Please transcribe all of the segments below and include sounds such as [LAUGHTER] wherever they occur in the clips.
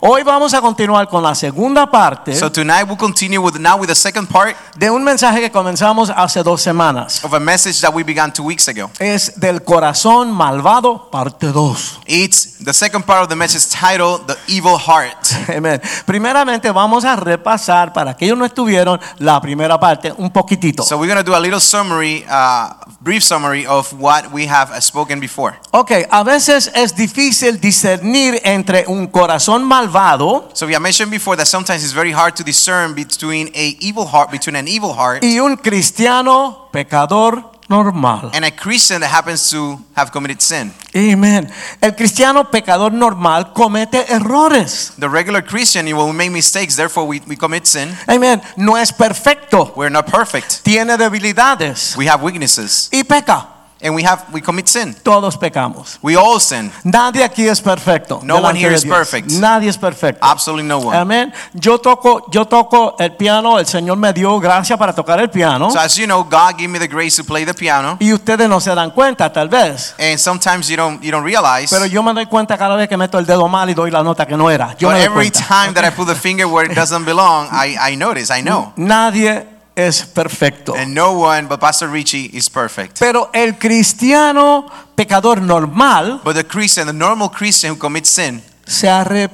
Hoy vamos a continuar con la segunda parte So tonight we'll continue with now with the second part de un mensaje que comenzamos hace dos semanas. of a message that we began two weeks ago. Es del corazón malvado, parte 2. It's the second part of the message titled "The Evil Heart." Amén. Primeramente vamos a repasar, para aquellos no estuvieron, la primera parte un poquitito. So we're gonna do a little summary, uh, brief summary of what we have uh, spoken before. ok, a veces es difícil discernir entre un corazón malvado So we have mentioned before that sometimes it's very hard to discern between a evil heart, between an evil heart, y un cristiano pecador normal. and a Christian that happens to have committed sin. Amén. El cristiano pecador normal comete errores. The regular Christian you will make mistakes, therefore we, we commit sin. Amén. No es perfecto. We're not perfect. tiene debilidades We have weaknesses, y peca. and we have we commit sin. Todos pecamos. We all sin. Nadie aquí es perfecto. No delante one here de is Dios. perfect. Nadie es perfecto. Absolutely no one. Amén. Yo toco, yo toco el piano. El Señor me dio gracia para tocar el piano. So as you know, God gave me the grace to play the piano, y ustedes no se dan cuenta, tal vez. and sometimes you don't you don't realize. Pero yo me doy cuenta cada vez que meto el dedo mal y doy la nota que no era. Yo but me doy every cuenta. time that I put the finger [LAUGHS] where it doesn't belong, I I notice, I know. Nadie es perfecto. And no one but Pastor Richie is perfect. Pero el cristiano pecador normal But the Christian, the normal Christian who commits sin, se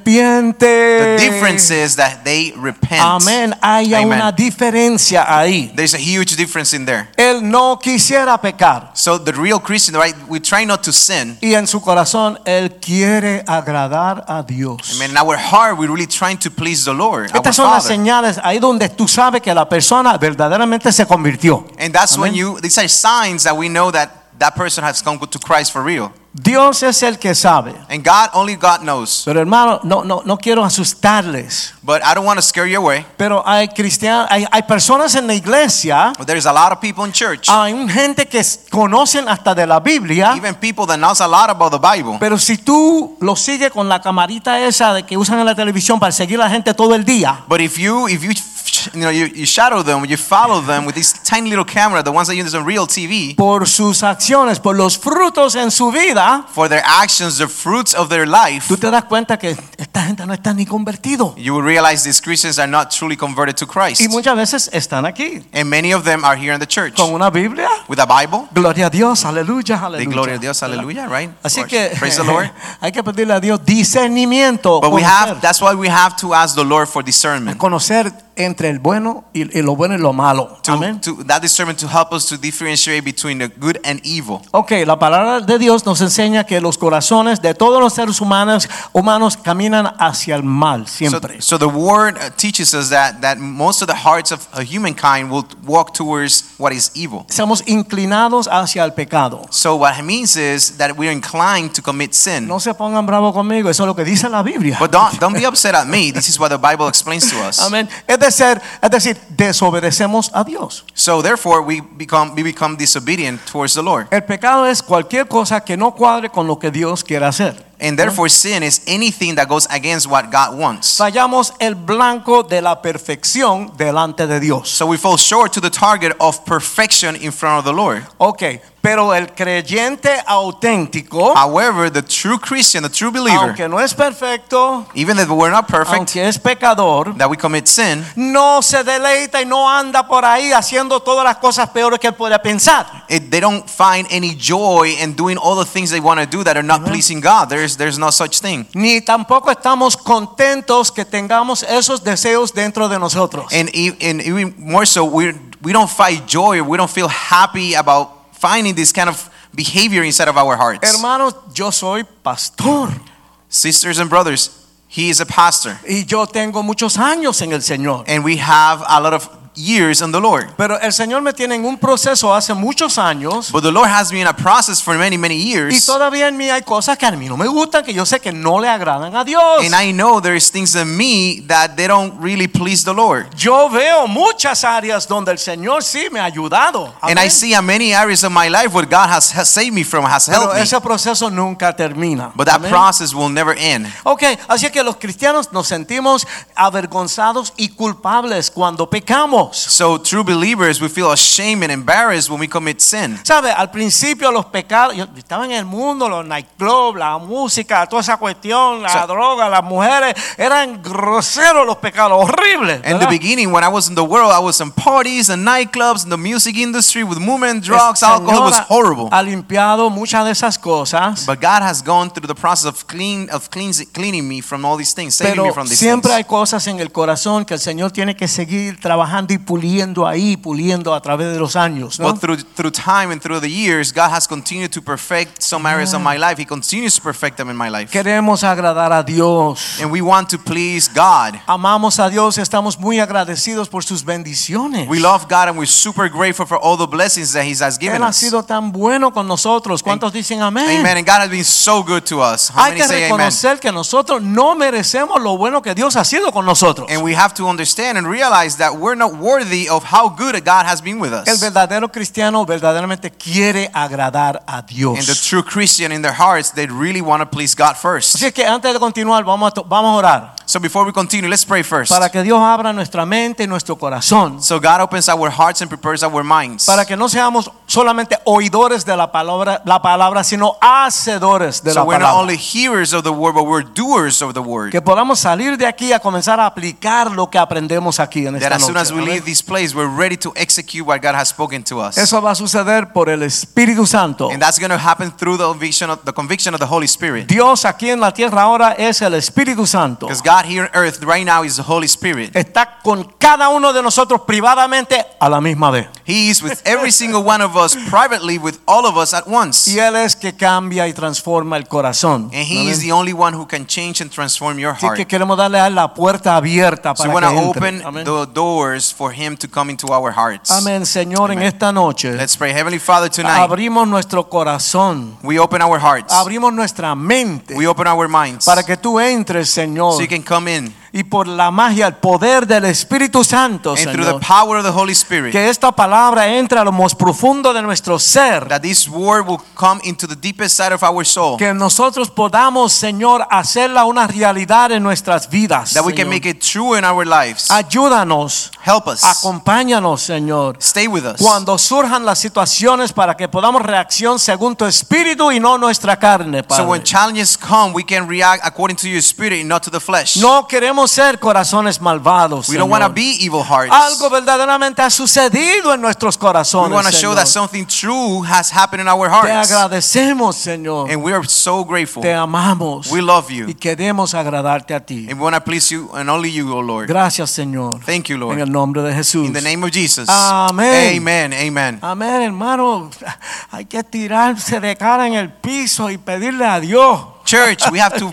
arrepiente. the difference is that they repent. Amén. Hay Amen. una diferencia ahí. There's a huge difference in there. Él no quisiera pecar. So the real Christian, right? We try not to sin. Y en su corazón él quiere agradar a Dios. Amen. In our heart, we're really trying to please the Lord, our Estas son las Father. señales ahí donde tú sabes que la persona verdaderamente se convirtió. And that's when Amen. you. These are signs that we know that that person has come to Christ for real. Dios es el que sabe. And God, only God knows. Pero hermano, no, no, no quiero asustarles. But I don't want to scare you away. Pero hay cristianos, hay, hay personas en la iglesia, But there's a lot of people in church, hay gente que s- conocen hasta de la Biblia. even people that knows a lot about the Bible. Pero si tú lo sigues con la camarita esa de que usan en la televisión para seguir a la gente todo el día, But if you if you you know you, you shadow them, you follow them with this tiny little camera, the ones that use on real TV, por sus acciones, por los frutos en su vida, for their actions, the fruits of their life, tú te das cuenta que esta gente no está ni convertido. you will realize these Christians are not truly converted to Y Christ. muchas veces están aquí And many of them are here in the church con una Biblia. with a Bible. Gloria a Dios, aleluya, They aleluya. glory to Dios, hallelujah, right? Así Or- que praise [LAUGHS] the Lord. hay que pedirle a Dios discernimiento, But we have conocer, that's why we have to ask the Lord for discernment. conocer entre el bueno y, y lo bueno y lo malo. To, Amén. to that discernment to help us to differentiate between the good and evil. Ok, la palabra de Dios nos enseña que los corazones de todos los seres humanos, humanos caminan hacia el mal So, siempre. so the word uh, teaches us that, that most of the hearts of uh, humankind will walk towards what is evil. Estamos inclinados hacia el pecado. So what it means is that we're inclined to commit sin. No se pongan bravo conmigo, eso es lo que dice la Biblia. But don't, don't be upset at me. This is what the Bible explains to us. Amén. Es decir, es decir, desobedecemos a Dios. So therefore, we become, we become disobedient towards the Lord. El pecado es cualquier cosa que no cuadre con lo que Dios quiere hacer. And therefore, sin is anything that goes against what God wants. Fallamos el blanco de la perfección delante de Dios. So we fall short to the target of perfection in front of the Lord. Ok, pero el creyente auténtico, However, the true Christian, the true believer, aunque no es perfecto, even if we're not perfect, aunque es pecador, that we commit sin, no se deleita y no anda por ahí haciendo todas las cosas peores que él puede pensar. it, they don't find any joy in doing all the things they want to do that are not pleasing God. There's there's no such thing. Ni tampoco estamos contentos que tengamos esos deseos dentro de nosotros. And e- and even more so, we we don't find joy. We don't feel happy about finding this kind of behavior inside of our hearts. Hermanos, yo soy pastor Sisters and brothers, he is a pastor, y yo tengo muchos años en el Señor. and we have a lot of years in the Lord. Pero el Señor me tiene en un proceso hace muchos años But the Lord has been in a process for many, many y years. todavía en mí hay cosas que a mí no me gustan, que yo sé que no le agradan a Dios. And I know there's things in me that they don't really please the Lord. Yo veo muchas áreas donde el Señor sí me ha ayudado. And I Amén. see how many areas of my life where God has, has saved me from, has Pero helped me. ese proceso nunca termina. But that Amén. process will never end. Ok, así que los cristianos nos sentimos avergonzados y culpables cuando pecamos. So true believers, we feel ashamed and embarrassed when we commit sin. ¿Sabe? Al principio los pecados, yo estaba en el mundo, los nightclubs, la música, toda esa cuestión, la So- droga, las mujeres, eran groseros los pecados, horribles. In the ¿verdad? beginning, when I was in the world, I was in parties and nightclubs in the music industry with women, El drugs, alcohol. It was Señor horrible. Ha limpiado muchas de esas cosas, But God has gone through the process of clean of cleansing, cleaning me from all these things, saving me pero from these siempre hay things. cosas en el corazón que el Señor tiene que seguir trabajando y puliendo ahí, puliendo a través de los años. ¿no? But through through time and through the years, God has continued to perfect some areas of my life. He continues to perfect them in my life. Queremos agradar a Dios. And we want to please God. Amamos a Dios, estamos muy agradecidos por sus bendiciones. We love God and we're super grateful for all the blessings that He has given Él ha us. sido tan bueno con nosotros. ¿Cuántos dicen amén? Amen. And God has been so good to us. How Hay many que say amen? reconocer que nosotros no merecemos lo bueno que Dios ha sido con nosotros. And we have to understand and realize that we're not worthy of how good God has been with us. El verdadero cristiano verdaderamente quiere agradar a Dios. And the true Christian in their hearts, they really want to please God first. Así que antes de continuar, vamos a, to- vamos a orar So before we continue, let's pray first. para que Dios abra nuestra mente y nuestro corazón. So God opens our hearts and prepares our minds. Para que no seamos solamente oidores de la palabra, la palabra sino hacedores de So la we're not palabra. only hearers of the word, but we're doers of the word. Que podamos salir de aquí a comenzar a aplicar lo que aprendemos aquí en That esta as soon noche. as we ¿vale? leave this place, we're ready to execute what God has spoken to us. Eso va a suceder por el Espíritu Santo. And that's going to happen through the conviction of the conviction of the Holy Spirit. Dios aquí en la tierra ahora es el Espíritu Santo. Because God here on earth right now is the Holy Spirit. Está con cada uno de nosotros privadamente a la misma vez. He is with every single one of us privately, with all of us at once. Y Él es que cambia y transforma el corazón. And he is Amén. the only one who can change and transform your Así heart. que queremos darle a Él la puerta abierta So para we want que to entre. open Amén. the doors for him to come into our hearts. Amén, Señor, en Amén. esta noche Let's pray. Heavenly Father, tonight abrimos nuestro corazón, we open our hearts. abrimos nuestra mente We open our minds. para que tú entres, Señor, So you can come in. y por la magia, el poder del Espíritu Santo, And through the Oh, Señor. power of the Holy Spirit, Que esta palabra entre a lo más profundo de nuestro ser. that this word will come into the deepest side of our soul. Que nosotros podamos, Señor, hacerla una realidad en nuestras vidas. That we can Señor. make it true in our lives. Ayúdanos, Help us. acompáñanos, Señor. Stay with us. Cuando surjan las situaciones para que podamos reacción según tu espíritu y no nuestra carne, So when Padre. challenges come, we can react according to your spirit and not to the flesh. No queremos ser corazones malvados. We don't want to Señor. be evil hearts. Algo verdaderamente ha sucedido en nuestros We corazones. want to show Señor. that something true has happened in our Te hearts. agradecemos, Señor. And we are so grateful. Te amamos. We love you. y queremos agradarte a ti. And we want to please you and only you, O Lord. Gracias, Señor. Thank you, En el Lord. nombre de Jesús. In the name of Jesus. Amén. Amen. Amen. Amén, hermano. Hay que tirarse de cara en el piso y pedirle a Dios. Church, we [LAUGHS] have to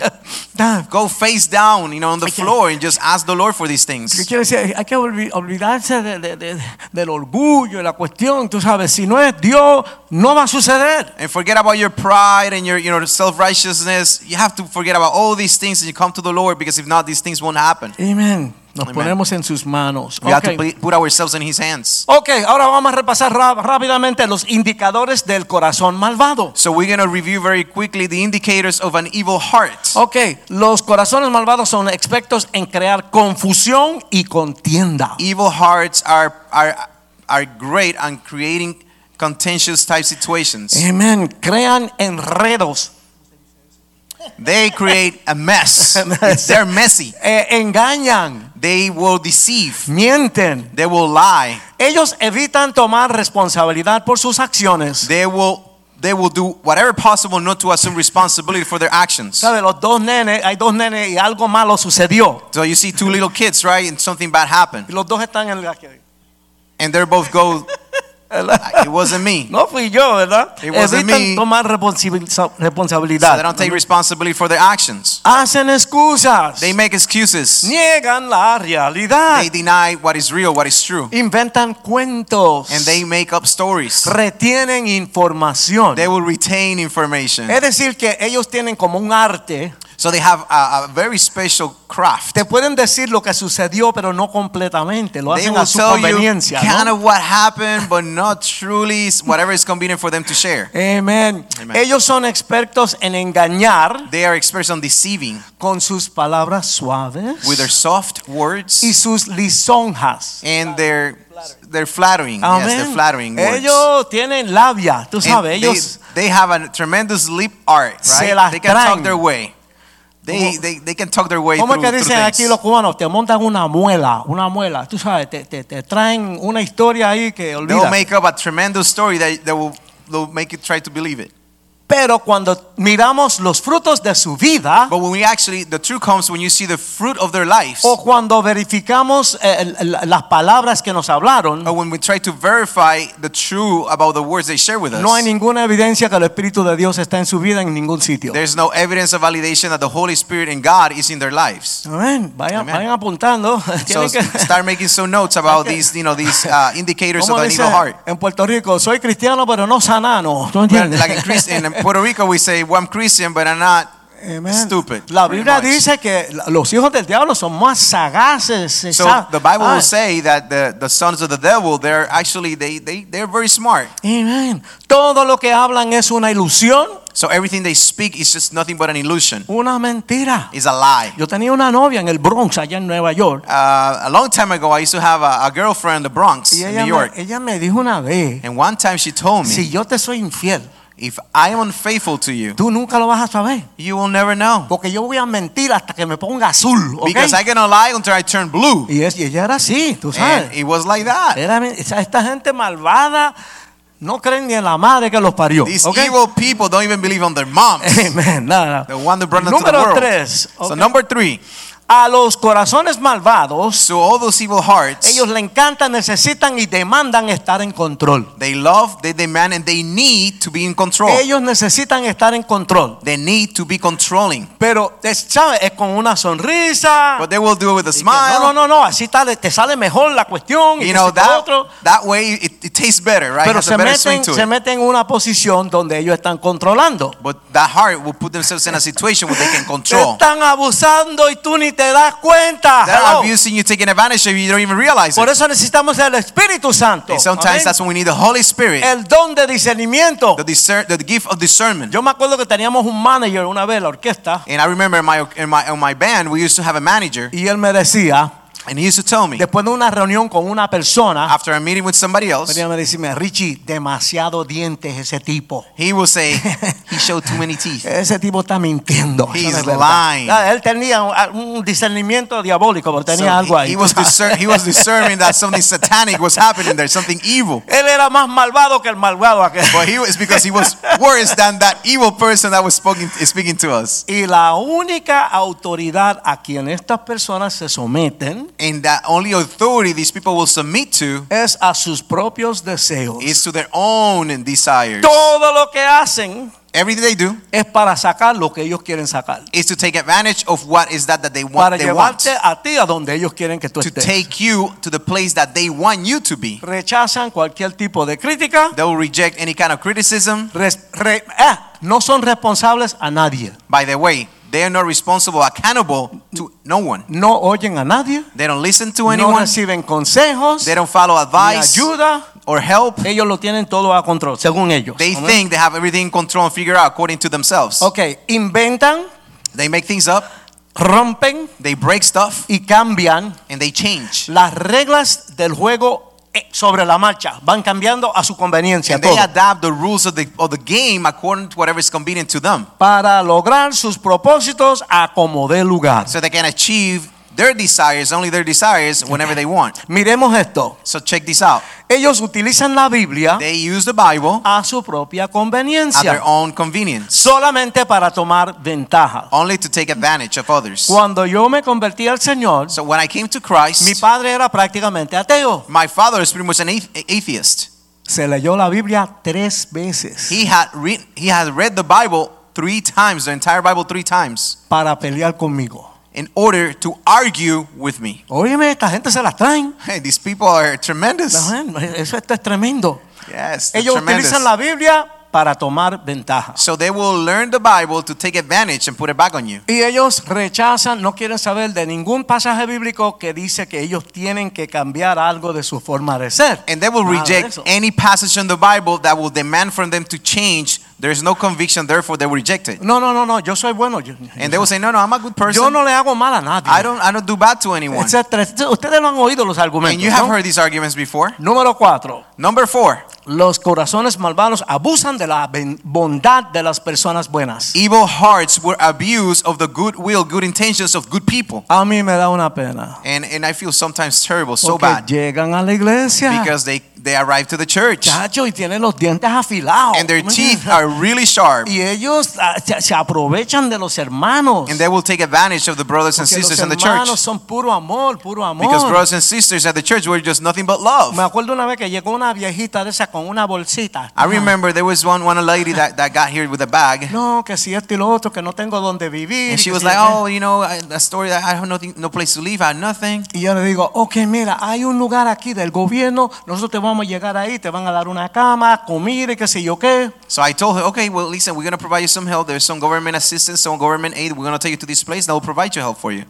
Ah, go face down, you know, on the floor and just ask the Lord for these ¿Qué things. quiere decir? Hay que olvi- olvidarse de- de- de- del orgullo y la cuestión. Tú sabes, si no es Dios, no va a suceder. And forget about your pride and your, you know, self righteousness. You have to forget about all these things and you come to the Lord because if not, these things won't happen. Amén. Nos Amén. ponemos en sus manos. We have Ok. to pl- put ourselves in His hands. Ok, ahora vamos a repasar ra- rápidamente los indicadores del corazón malvado. So we're going to review very quickly the indicators of an evil heart. Ok, los corazones malvados son expertos en crear confusión y contienda. evil hearts are are are great on creating contentious type [LAUGHS] situations. Amén, crean enredos, They create [LAUGHS] a mess. It's- They're messy. eh, engañan, They will deceive. mienten. They will lie. Ellos evitan tomar responsabilidad por sus acciones. They will they will do whatever possible not to assume responsibility for their actions. ¿Sabe? Los dos nenes, hay dos nenes y algo malo sucedió. So you see two little kids, right? And something bad Y happened. los dos están en la... [LAUGHS] And they both go "Ah, ¿verdad? It wasn't me. No fui yo, ¿verdad? It wasn't Evitan me. tomar responsibil- So responsabilidad. they don't take responsibility for their actions. Hacen excusas. They make excuses. Niegan la realidad. They deny what is real, what is true. Inventan cuentos. And they make up stories. retienen información. They will retain information. Es decir, que ellos tienen como un arte. So they have a, a very special craft. Te pueden decir lo que sucedió, pero no completamente. Lo They hacen a will su tell you conveniencia. ¿no? kind of what happened, but not truly s- whatever is convenient for them to share. Amén. Amen. Ellos son expertos en engañar They are experts on deceiving con sus palabras suaves with their soft y words sus lisonjas. and their their flattering. Yes, Amén. their flattering words. ellos tienen labia, tú And sabes, they, ellos they have a tremendous lip art, right? Se las they can traen. talk their way. They, Como- they, they can talk their way ¿Cómo through, es que through dicen aquí things. los cubanos? Te montan una muela, una muela, tú sabes, te, te- te traen una historia ahí que They'll olvidas. make up a tremendous story that, that will they'll make you try to believe it. Pero cuando miramos los frutos de su vida But when we actually, the truth comes when you see the fruit of their lives. o cuando verificamos eh, el- el- las palabras que nos hablaron, Or when we try to verify the true about the words they share with us, no hay ninguna evidencia que el Espíritu de Dios está en su vida en ningún sitio. there's no evidence of validation that the Holy Spirit and God is in their lives. Amén. Vayan, Amén. vayan apuntando. [LAUGHS] So Tienen que- start making some [LAUGHS] notes about these, you know, these uh, indicators of ¿Cómo an dice evil heart. en Puerto Rico? Soy cristiano, pero no sanano. ¿Tú Well, entiendes? like in, Christ, [LAUGHS] in Puerto Rico, we say, "Well, I'm Christian, but I'm not." Amen. Stupid, La pretty Biblia much. dice que la- los hijos del diablo son más sagaces. se So sa- the Bible Ah, will say that the, the sons of the devil, they're actually they they they're very smart. amen. Todo lo que hablan es una ilusión, So everything they speak is just nothing but an illusion. una mentira. It's a lie. Yo tenía una novia en el Bronx, allá en Nueva York. Uh, a long time ago, I used to have a, a girlfriend in the Bronx, Y in ella New me, York, Mm. ella me dijo una vez, and one time she told me, si yo te soy infiel, "If I am unfaithful to you, tú nunca lo vas a saber. you will never know, Porque yo voy a mentir hasta que me ponga azul. ¿ok? because I Eh, cannot lie until I turn blue." Y, es- y ella era así, tú sabes. And it was like that. Era- esa- esta gente malvada no creen ni en la madre que los parió. These ¿ok? evil people don't even believe on their moms. [LAUGHS] Amen, nada. The one that brought them to the Número world. tres. So ok. number three. A los corazones malvados, So all those evil hearts, ellos le encantan, necesitan y demandan estar en control. they love, they demand, and they need to be in control. Ellos necesitan estar en control. They need to be controlling. Pero, es- ¿sabes? Es con una sonrisa. But they will do it with a y que, smile. No, no, no, no, así tal, te sale mejor la cuestión. y You que know si que that otro. that way it, it tastes better, right? Pero Has a se better swing meten, to se it. meten en una posición donde ellos están controlando. But that heart will put themselves in a situation where they can Te control. están abusando y tú ni te das cuenta. They're Hello. abusing you, taking advantage of you. You don't even realize Por it. eso necesitamos el Espíritu Santo. And sometimes Amén. that's when we need the Holy Spirit, el don de discernimiento. the discern, the gift of discernment. Yo me acuerdo que teníamos un manager una vez en la orquesta And I remember in my in my on my band, we used to have a manager, y él me decía, and he used to tell me después de una reunión con una persona, after a meeting with somebody else, venía a decirme, Richie, demasiado dientes ese tipo. he will [LAUGHS] say he showed too many teeth. Ese tipo está mintiendo. Eso no He's es verdad". lying. Ah, Él tenía un- un discernimiento diabólico, pero tenía So algo he, ahí. he [LAUGHS] was discern, he was discerning that something satanic was happening there, something evil. él era más malvado que el malvado aquel. But Pues he was because he was worse than that evil person that was speaking speaking to us. Y la única autoridad a quien estas personas se someten And that only authority these people will submit to es a sus propios deseos. is to their own desires. Todo lo que hacen Everything they do es para sacar lo que ellos quieren sacar. is to take advantage of what is that that they Para want. They want llevarte a ti a donde ellos quieren que tú to estés. take you to the place that they want you to be. Rechazan cualquier tipo de crítica. They will reject any kind of criticism. res- re- ah, no son responsables a nadie. By the way, they are not responsible, accountable to no one. No oyen a nadie. They don't listen to No anyone. reciben consejos. They don't follow Ni advice ayuda. or help. Ellos lo tienen todo a control, según ellos. They Amén. think they have everything in control and figure out according to themselves. Ok, inventan, They make things up, rompen they break stuff, y cambian and they change. las reglas del juego eh, sobre la marcha. Van cambiando a su conveniencia. And they todo. adapt the rules of the, of the game according to whatever is convenient to them. para lograr sus propósitos a como dé lugar. So they can achieve their desires, only their desires, whenever they want. Miremos esto. So check this out. Ellos utilizan la Biblia They use the Bible a su propia at their conveniencia, own convenience, solamente para tomar ventaja. only to take advantage of others. Cuando yo me convertí al Señor, So when I came to mi Christ, padre era prácticamente ateo. my father is pretty much an athe- atheist. se leyó la Biblia tres veces He had read he had read the Bible three times, the entire Bible three times, para pelear conmigo. in order to argue with me. [LAUGHS] Óyeme, esta gente se las traen. Hey, these people are tremendous. La gente, Eso esto es tremendo. Yes, they're Ellos tremendous. utilizan la Biblia para tomar ventaja. So they will learn the Bible to take advantage and put it back on you. Y ellos rechazan, no quieren saber de ningún pasaje bíblico que dice que ellos tienen que cambiar algo de su forma de ser. And they will Nada de reject eso. any passage in the Bible that will demand from them to change. There is no conviction, therefore they will reject it. No, no, no, no, yo soy bueno. Yo, And they will say, No, no, I'm a good yo person. no le hago mal a nadie. I don't I don't do bad to anyone. etcétera. Entonces, Ustedes lo han oído los argumentos. And you have ¿no? heard these arguments before. Número cuatro. Number four, Los corazones malvados abusan de la ben- bondad de las personas buenas. evil hearts were abused of the good will, good intentions of good people. A mí me da una pena. And and I feel sometimes terrible, so Porque bad. llegan a la iglesia. Because they, they arrive to the church Chacho, y tienen los dientes afilados. and their ¿Cómo es teeth que- are really sharp. Y ellos ah, se se aprovechan de los hermanos. And they will take advantage of the brothers and Porque los sisters in the hermanos church. son puro amor, puro amor. Because brothers and sisters at the church were just nothing but Me love. acuerdo una vez que llegó una viejita de esa con una bolsita. I remember there was one, one lady that, that got here with a bag. No, que si esto y lo otro, que no tengo donde vivir. And y she que was si like, aquello". oh, you know, I- a story that I have nothing, no place to live, I have nothing. Y yo le digo, ok, mira, hay un lugar aquí del gobierno, nosotros te vamos a llegar ahí, te van a dar una cama, comida y qué sé yo qué. So I told her, okay, well, listen, we're going to provide you some help. There's some government assistance, some government aid. We're going to take you to this place that will provide you help for you.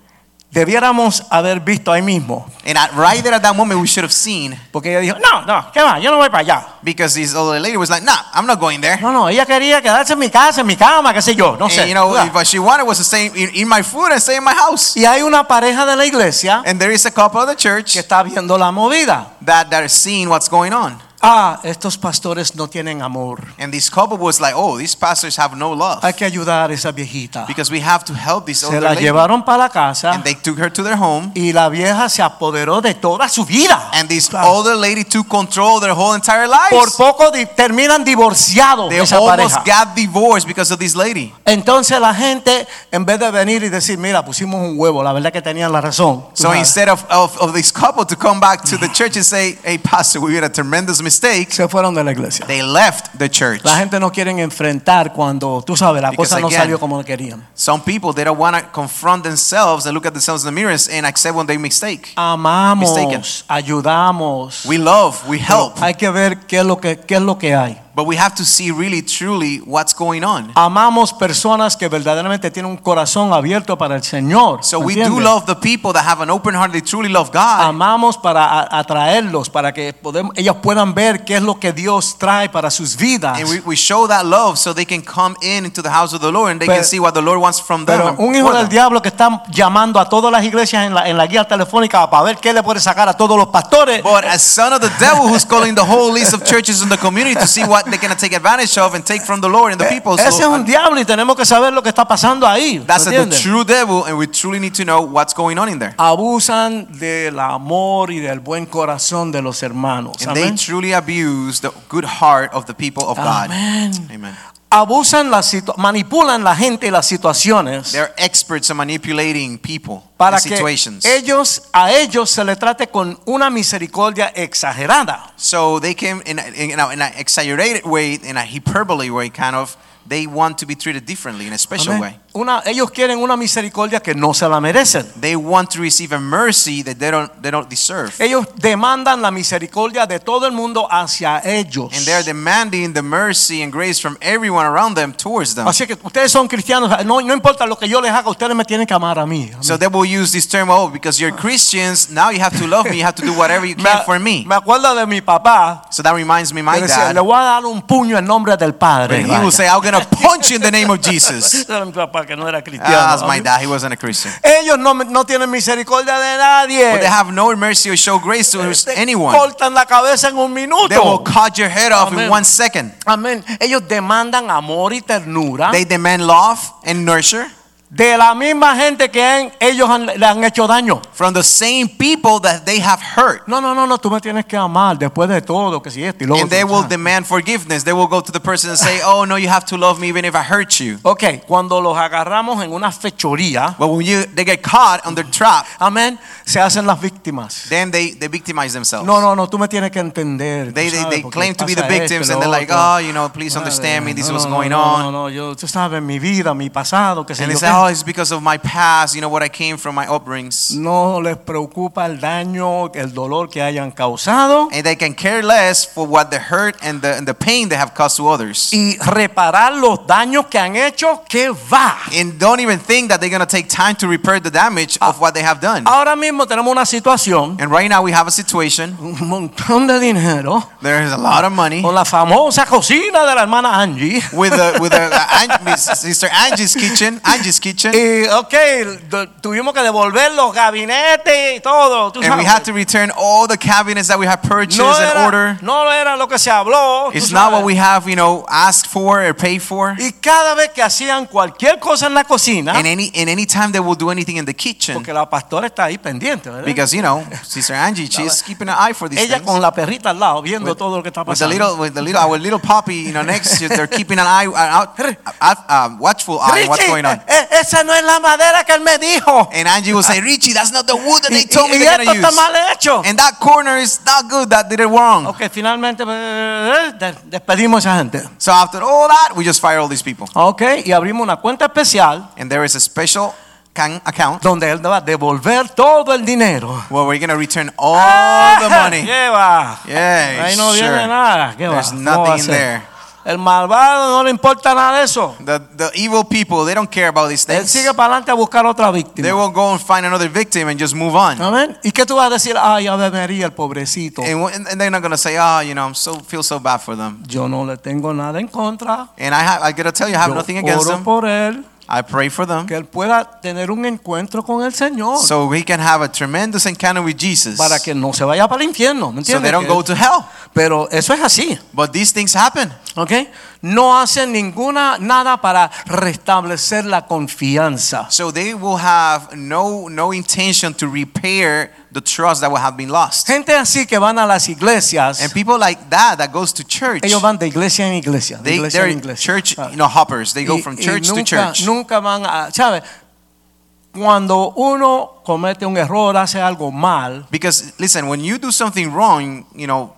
Debiéramos haber visto ahí mismo. And at, right there at that moment, we should have seen Porque ella dijo, no, no, ¿qué va? Yo no voy para allá. because this older lady was like, nah, I'm not going there. No, no, ella quería quedarse en mi casa, en mi cama, qué sé yo, no sé. And you know, ¿verdad? what she wanted was to stay in, in my food and stay in my house. Y hay una pareja de la iglesia And there is a couple of the church que está viendo la movida. that, that are seeing what's going on. Ah, estos pastores no tienen amor. And this couple was like, oh, these pastors have no love Hay que ayudar a esa viejita. because we have to help this Se older la lady. llevaron para la casa And they took her to their home. y la vieja se apoderó de toda su vida. And this Claro. older lady took control of their whole entire lives. Por poco di- terminan divorciados they esa almost pareja. got divorced because of this lady. Entonces la gente, en vez de venir y decir, mira, pusimos un huevo, la verdad que tenían la razón. tú So sabes, instead of, of, of this couple to come back to the church and say, hey, pastor, we made a tremendous mistake, se fueron de la iglesia. they left the church. La gente no quieren enfrentar cuando, tú sabes, la Because cosa no again- salió como querían. Some people, they don't want to confront themselves and look at themselves in the mirrors and accept when they mistake. Amamos, Mistaken. ayudamos. We love, we pero help, Hay que ver qué es lo que qué es lo que hay. but we have to see really, truly what's going on. Amamos personas que verdaderamente tienen un corazón abierto para el Señor. So we do ¿entiendes? love the people that have an open heart. They truly love God. amamos para a- atraerlos, para que podemos, ellos puedan ver qué es lo que Dios trae para sus vidas. and we, we show that love so they can come in into the house of the Lord and they Pero- can see what the Lord wants from them. Pero and un for hijo del them. diablo que está llamando a todas las iglesias en la, en la guía telefónica para ver qué le puede sacar a todos los pastores. But a son of the devil who's calling the whole list of churches in the community to see what they can take advantage of and take from the Lord and the people. So, Eh, Ese es un diablo y tenemos que saber lo que está pasando ahí. ¿me that's the entiendes? true devil, and we truly need to know what's going on in there. Abusan del amor y del buen corazón de los hermanos. And they Amén. truly abuse the good heart of the people of God. Amén. Amen. Abusan la situ- manipulan la gente y las situaciones. They're experts in manipulating people para and que situations. ellos a ellos se le trate con una misericordia exagerada. So they came in, in, in, a- in an exaggerated way, in a hyperbole way, kind of. They want to be treated differently in a special Amén. way. Una, ellos quieren una misericordia que no se la merecen. They want to receive a mercy that they don't they don't deserve, Ellos demandan la misericordia de todo el mundo hacia ellos. and they're demanding the mercy and grace from everyone around them towards them. Así que ustedes son cristianos, no, no importa lo que yo les haga, ustedes me tienen que amar a mí. Amén. So they will use this term, oh, because you're Christians, now you have to love me, you have to do whatever [LAUGHS] you can for me. me acuerdo de mi papá, So that reminds me, que my decía, dad, le voy a dar un puño en nombre del Padre. And he Vaya. will say, I'm going to punch you in the name [LAUGHS] of Jesus. Ese era mi papá que no era cristiano. Ah, that's my Amén. dad. He wasn't a Christian. Ellos no, no tienen misericordia de nadie. But they have no mercy or show grace to Te anyone. cortan la cabeza en un They will minuto. cut your head off Amén. in one second. Amén. Ellos demandan amor y ternura. They demand love and nurture. de la misma gente que han- ellos han- le han hecho daño. from the same people that they have hurt. No, no, no, no, tú me tienes que amar después de todo, que si esto y lo And otro, they will ah. demand forgiveness. They will go to the person and say, [LAUGHS] Oh, no, you have to love me even if I hurt you. Ok, cuando los agarramos en una fechoría, But when you, they get caught under trap, amén, se hacen las víctimas. then they, they victimize themselves. No, no, no, tú me tienes que entender. tú They, they, sabes, they porque claim to be the pasa esto y victims lo and they're like, otro. Oh, you know, please Madre, understand me. This no, was no, no, going no, on. No, no, yo, tú sabes, mi vida, mi pasado, que se And they say, oh, it's because of my past, you know, what I came from, my upbringings. No les preocupa el daño, el dolor que hayan causado. And they can care less for what the hurt and the, and the pain they have caused to others. Y reparar los daños que han hecho, que va. And don't even think that they're going to take time to repair the damage of what they have done. Ahora mismo tenemos una situación, And right now we have a situation. un montón de dinero, There is a lot of money con la famosa cocina de la hermana Angie. with the, with the, uh, Ang- Miss- Sister Angie's kitchen, Angie's [LAUGHS] kitchen. Y, ok, do- tuvimos que devolver los gabinetes y todo. tú And we sabes. had to return all the cabinets that we have purchased no and era, order. no era lo que se habló. tú It's not sabes. what we have, you know, asked for or paid for. Y cada vez que hacían cualquier cosa en la cocina, And any, and any time they will do anything in the kitchen, porque la pastora está ahí pendiente, ¿verdad? Because you know, Sister Angie, she's keeping an eye for these Ella things. con la perrita al lado viendo todo lo que está with the pasando. little, with the little, our little puppy, you know, next, to- they're keeping an eye, an out, out- uh, watchful eye, on what's Richie, going on. eh, esa no es la madera que él me dijo. And Angie will say, Richie, that's not the wood that Y, they told me y- y they're esto gonna está use. mal hecho. And that corner is not good. That did it wrong. Ok, finalmente eh, de- despedimos a esa gente. So after all that, we just fire all these people. Ok, y abrimos una cuenta especial And there is a special can- account donde él va a devolver todo el dinero. where we're gonna return all [LAUGHS] the money. ¿Qué va? Yeah, Ah. Ahí no viene sure. nada. ¿Qué va? There's ¿Cómo va a nothing in ser? there. El malvado no le importa nada de eso. The, the evil people, they don't care about these Él things. sigue para adelante a buscar otra víctima. They will go and find another victim and just move on. Amén. ¿Y qué tú vas a decir? Ay, Ave María, el pobrecito. And, wh- and they're not gonna say, oh, you know, I'm so feel so bad for them. Yo no le tengo nada en contra. And I have, I gotta tell you, I have Yo nothing against oro them. por él, I pray for them, que él pueda tener un encuentro con el Señor so we can have a tremendous encounter with Jesus, para que no se vaya para el infierno. ¿Me so entiendes? they don't Que- go to hell. Pero eso es así, But these things happen. ¿ok? No hacen ninguna nada para restablecer la confianza. So they will have no no intention to repair the trust that will have been lost. Gente así que van a las iglesias, And people like that that goes to church, ellos van de iglesia en iglesia, de they iglesia en they're iglesia. church Ah. you know hoppers. They go Y- from y church to nunca, church. Nunca van a, ¿sabes? Cuando uno comete un error, hace algo mal, Because listen, when you do something wrong, you know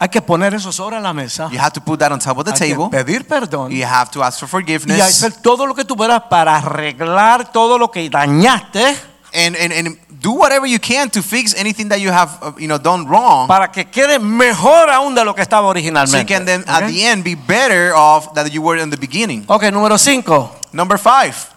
hay que poner eso sobre la mesa. you have to put that on top of the hay que table. pedir perdón. You have to ask for Y forgiveness. hacer todo lo que tú puedas para arreglar todo lo que dañaste, and, and and do whatever you can to fix anything that you have uh, you know done wrong para que quede mejor aún de lo que estaba so you can originalmente. then Ok, at the end be better off than you were in the beginning Ok, número 5. number five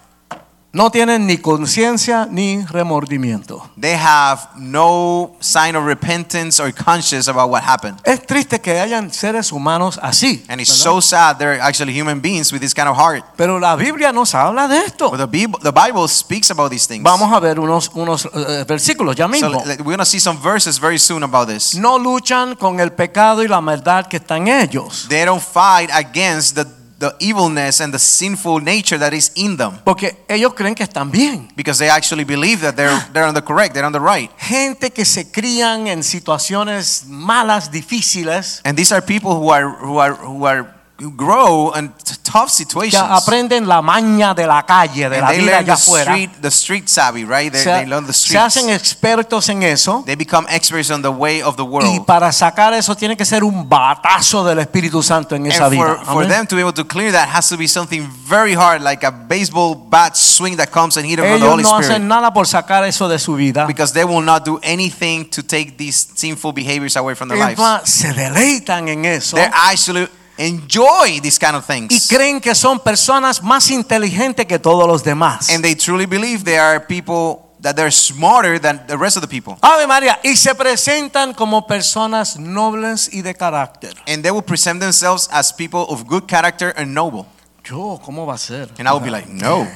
No tienen ni conciencia ni remordimiento. they have no sign of repentance or conscience about what happened Es triste que hayan seres humanos así. and it's ¿verdad? so sad they're actually human beings with this kind of heart Pero la Biblia nos habla de esto. but the bible, the bible speaks about these things Vamos a ver unos, unos eh, versículos ya so mismo. let- we're going to see some verses very soon about this No luchan con el pecado y la maldad que están ellos. they don't fight against the, the evilness and the sinful nature that is in them Porque ellos creen que están bien. because they actually believe that they're they're on the correct they're on the right Gente que se crían en situaciones malas, difíciles, And these are people who are who are who are who grow in t- tough que situations. aprenden la maña de la calle, de and la they vida learn allá the afuera. street the street savvy, right? They, Se, they learn the se streets. hacen expertos en eso. they become experts on the way of the Y world. para sacar eso tiene que ser un batazo del Espíritu Santo en esa And for, vida. for Amén. them to be able to clear that has to be something very hard, like a baseball bat swing that comes and hit them from the Ellos Holy no Spirit. hacen nada por sacar eso de su vida. Because they will not do anything to take these sinful behaviors away from their Es lives. más, se deleitan en eso. They actually enjoy these kind of y things. creen que son personas más inteligentes que todos los demás. And they truly believe they are people that they're smarter than the rest of the people. Ave María, y se presentan como personas nobles y de carácter. and they will present themselves as people of good character and noble. Yo, ¿cómo va a ser? And I will be [LAUGHS] like, no,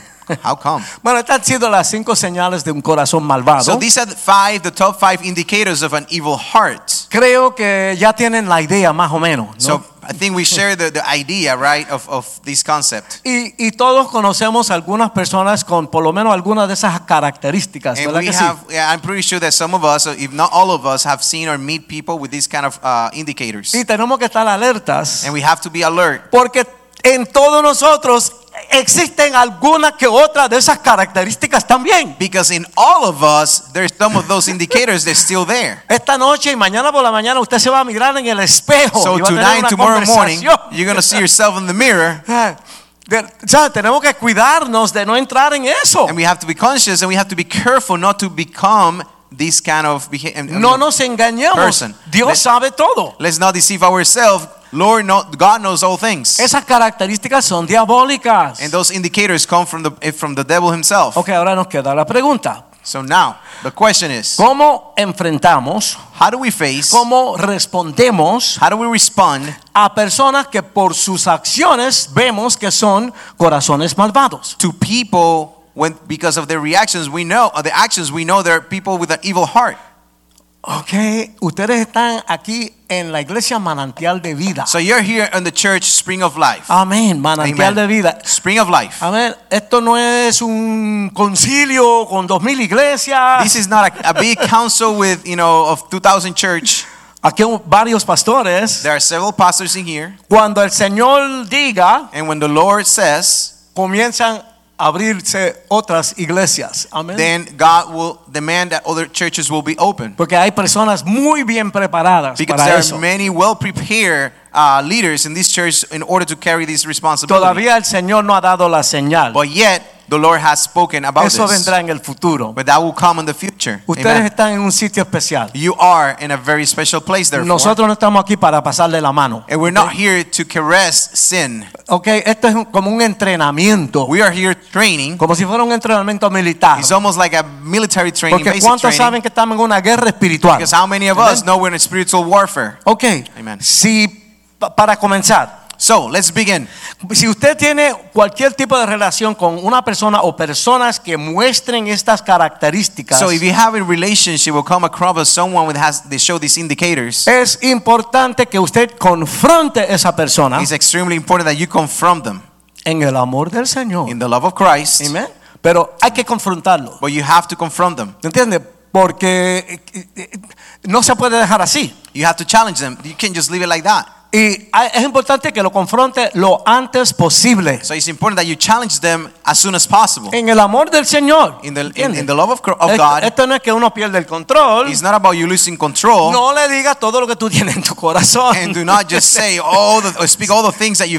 how come? Bueno, estas han sido las cinco señales de un corazón malvado. So these are the five, the top five indicators of an evil heart. Creo que ya tienen la idea más o menos. ¿no? So I I think we share the, the idea, right, of, of this concept. Y, y todos conocemos algunas personas con por lo menos algunas de esas características, And ¿verdad we que sí? have, yeah, I'm pretty sure that some of us, if not all of us, have seen or meet people with these kind of uh, indicators. Y tenemos que estar alertas And we have to be alert porque en todos nosotros existen algunas que otras de esas características también. because in all of us, there's some of those indicators that's still there. Esta noche y mañana por la mañana usted se va a mirar en el espejo So y va a tener tonight, una tomorrow morning, conversación. you're going to see yourself in the mirror. Ah, de- o sea, tenemos que cuidarnos de no entrar en eso. And we have to be conscious and we have to be careful not to become this kind of behavior. No nos engañemos. Person. Dios Let- sabe todo. Let's not deceive ourselves. Lord, no, God knows all things. Esas características son diabólicas. And those indicators come from the eh, from the devil himself. ok, ahora nos queda la pregunta. So now the question is, ¿Cómo enfrentamos, how do we face? cómo respondemos How do we respond a personas que por sus acciones vemos que son corazones malvados? to people when because of their reactions we know, or the actions we know, there are people with an evil heart. Ok, ustedes están aquí en la iglesia manantial de vida. So you're here in the church, Spring of Ah. Life. Amén, manantial Amen. de vida. Spring of Life. A ver, esto no es un concilio con dos mil iglesias. This is not a, a big council with you know of 2,000 church. Aquí hay varios pastores. There are several pastors in here, Cuando el Señor diga, and when the Lord says, comienzan a abrirse otras iglesias. Amén. then God will demand that other churches will be open. Porque hay personas muy bien preparadas Because para there eso. are many well prepared uh, leaders in this church in order to carry this responsibility. Todavía el Señor no ha dado la señal. But yet, the Lord has spoken about Eso this. vendrá en el futuro. But that will come in the future. Ustedes Amen. están en un sitio especial. You are in a very special place, therefore. Nosotros no estamos aquí para pasarle la mano. and we're not here to caress sin. Ok, esto es un- como un entrenamiento. We are here training. Como si fuera un entrenamiento militar. It's almost like a military training, Porque basic ¿cuántos training. saben que estamos en una guerra espiritual? because how many of us know we're in a spiritual warfare? Ok, Amen. si pa- para comenzar, So let's begin. si usted tiene cualquier tipo de relación con una persona o personas que muestren estas características, So if you have a relationship or come across with someone that has they show these indicators, es importante que usted confronte a esa persona it's extremely important that you confront them en el amor del Señor. in the love of Christ. Amén. Pero hay que confrontarlo. But you have to confront them. ¿Entiende? Porque eh, eh, no se puede dejar así. You have to challenge them. You can't just leave it like that. Y hay- es importante que lo confronte lo antes posible. So it's important that you challenge them as soon as possible. En el amor del Señor. In the, in, ¿entiende? in the love of, Cro- of esto, Oh, God, esto no es que uno pierde el control. it's not about you losing control. No le digas todo lo que tú tienes en tu corazón. And do not just say all the, or speak all the things that you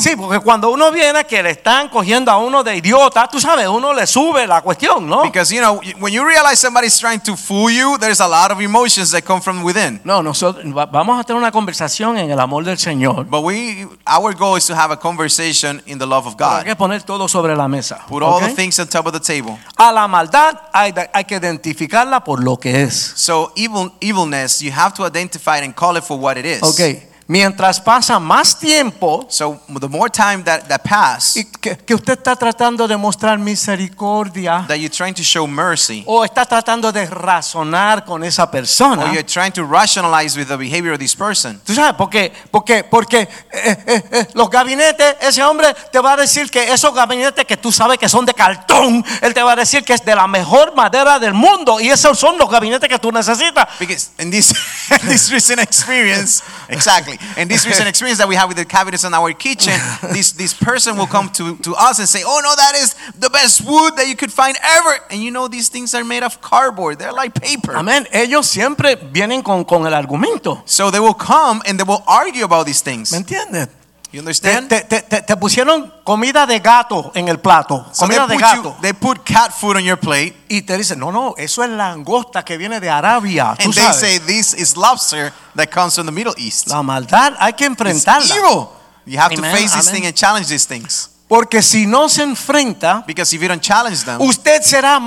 [LAUGHS] Sí, porque cuando uno viene que le están cogiendo a uno de idiota, tú sabes, uno le sube la cuestión, ¿no? Because, you know, when you realize somebody's trying to fool you, there's a lot of emotions that come from within. no, nosotros va- vamos a tener una conversación en el amor del Señor. But we, our goal is to have a conversation in the love of Pero Hay God. que poner todo sobre la mesa. Put all ¿ok? the things on top of the table. A la maldad hay, de- hay que identificarla por lo que es. So evil, evilness, you have to identify it and call it for what it is. Ok, mientras pasa más tiempo So the more time that, that pass, y que, que usted está tratando de mostrar misericordia that you're trying to show mercy, o está tratando de razonar con esa persona. or you're trying to rationalize with the behavior of this person. Tú sabes por qué, porque, porque eh, eh, eh, los gabinetes, ese hombre te va a decir que esos gabinetes que tú sabes que son de cartón, él te va a decir que es de la mejor madera del mundo y esos son los gabinetes que tú necesitas. Because in this [LAUGHS] in this [LAUGHS] recent experience, exactly, in this recent experience that we have with the cabinets in our kitchen, this this person will come to, to us and say, "Oh no, that is the best wood that you could find ever." And you know these things are made of cardboard; they're like paper. Amén. Ellos siempre vienen con, con el argumento. So they will come and they will argue about these things. ¿Me entiendes? You Te, understand? te- te- te- te pusieron comida de gato en el plato, So they comida de put, gato. you, they put cat food on your plate, y te dicen, no, no, eso es langosta que viene de Arabia. Tú and they sabes. say this is lobster that comes from the Middle East. la maldad hay que It's enfrentarla. evil. You have Amen, to face these amen. things and challenge these things. Porque si no se enfrenta, Because if you don't challenge them, usted será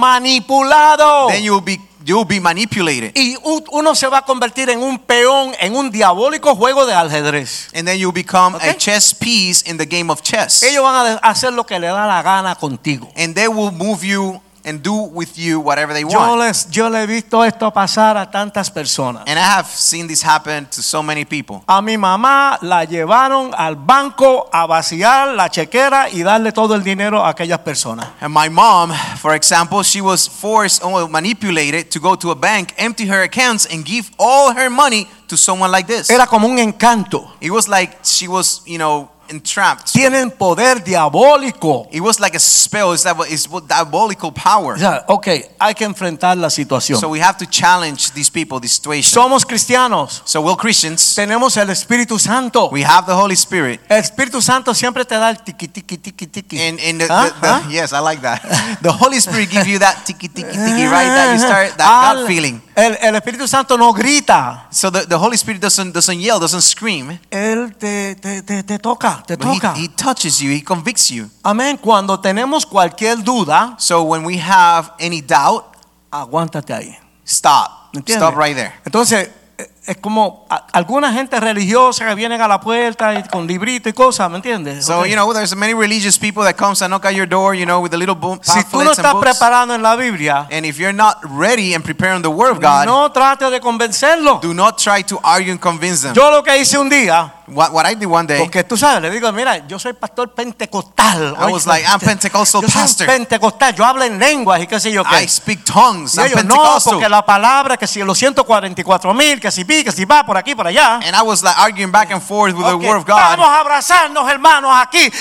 manipulado. then you will be you will be manipulated, Y u- uno se va a convertir en un peón, en un diabólico juego de ajedrez. and then you will become Okay. a chess piece in the game of chess, Ellos van a de- hacer lo que le da la gana contigo. and they will move you and do with you whatever they Yo, want. les, yo le he visto esto pasar a tantas personas. And I have seen this happen to so many people. A mi mamá la llevaron al banco a vaciar la chequera y darle todo el dinero a aquellas personas. And my mom, for example, she was forced or manipulated to go to a bank, empty her accounts, and give all her money to someone like this. Era como un encanto. It was like she was, you know, entrapped. Tienen poder diabólico. It was like a spell. It's, diabol- it's diabolical power. O sea, ok, hay que enfrentar la situación. So we have to challenge these people, this situation. Somos cristianos. So we're Christians. Tenemos el Espíritu Santo. We have the Holy Spirit. El Espíritu Santo siempre te da el tiqui tiqui tiqui tiqui. And, and the, Ah, the- the- ah. yes, I like that. [LAUGHS] The Holy Spirit give you that tiki tiki tiki right that you start that, Al- that feeling. Ah, El, el Espíritu Santo no grita. So the, the Holy Spirit doesn't doesn't yell, doesn't scream. Él te, te, te, te toca, te toca. But he, he touches you, he convicts you. Amén. Cuando tenemos cualquier duda, So when we have any doubt, aguántate ahí. stop. ¿Entiendes? Stop right there. Entonces, eh, es como a- alguna gente religiosa que vienen a la puerta y con librito y cosas, ¿me entiendes? So Ok. you know, there's many religious people that comes and knock at your door, you know, with the little boom, si tú no pamphlets estás and books. preparado en la Biblia, And if you're not ready and preparing the word of God, no trates de convencerlo. do not try to argue and convince them. Yo lo que hice un día, What, what I did one day, Porque tú sabes, le digo, mira, yo soy pastor pentecostal. I was like, I'm Pentecostal yo soy pastor. pentecostal, yo hablo en lenguas y qué sé yo I qué. speak tongues. Y I'm ellos, no, Pentecostal. porque la palabra que si los 144 mil, que si vi, que si va por aquí, por allá. And I was like arguing back and forth with Ok, the word of Vamos God. a abrazarnos, hermanos, aquí.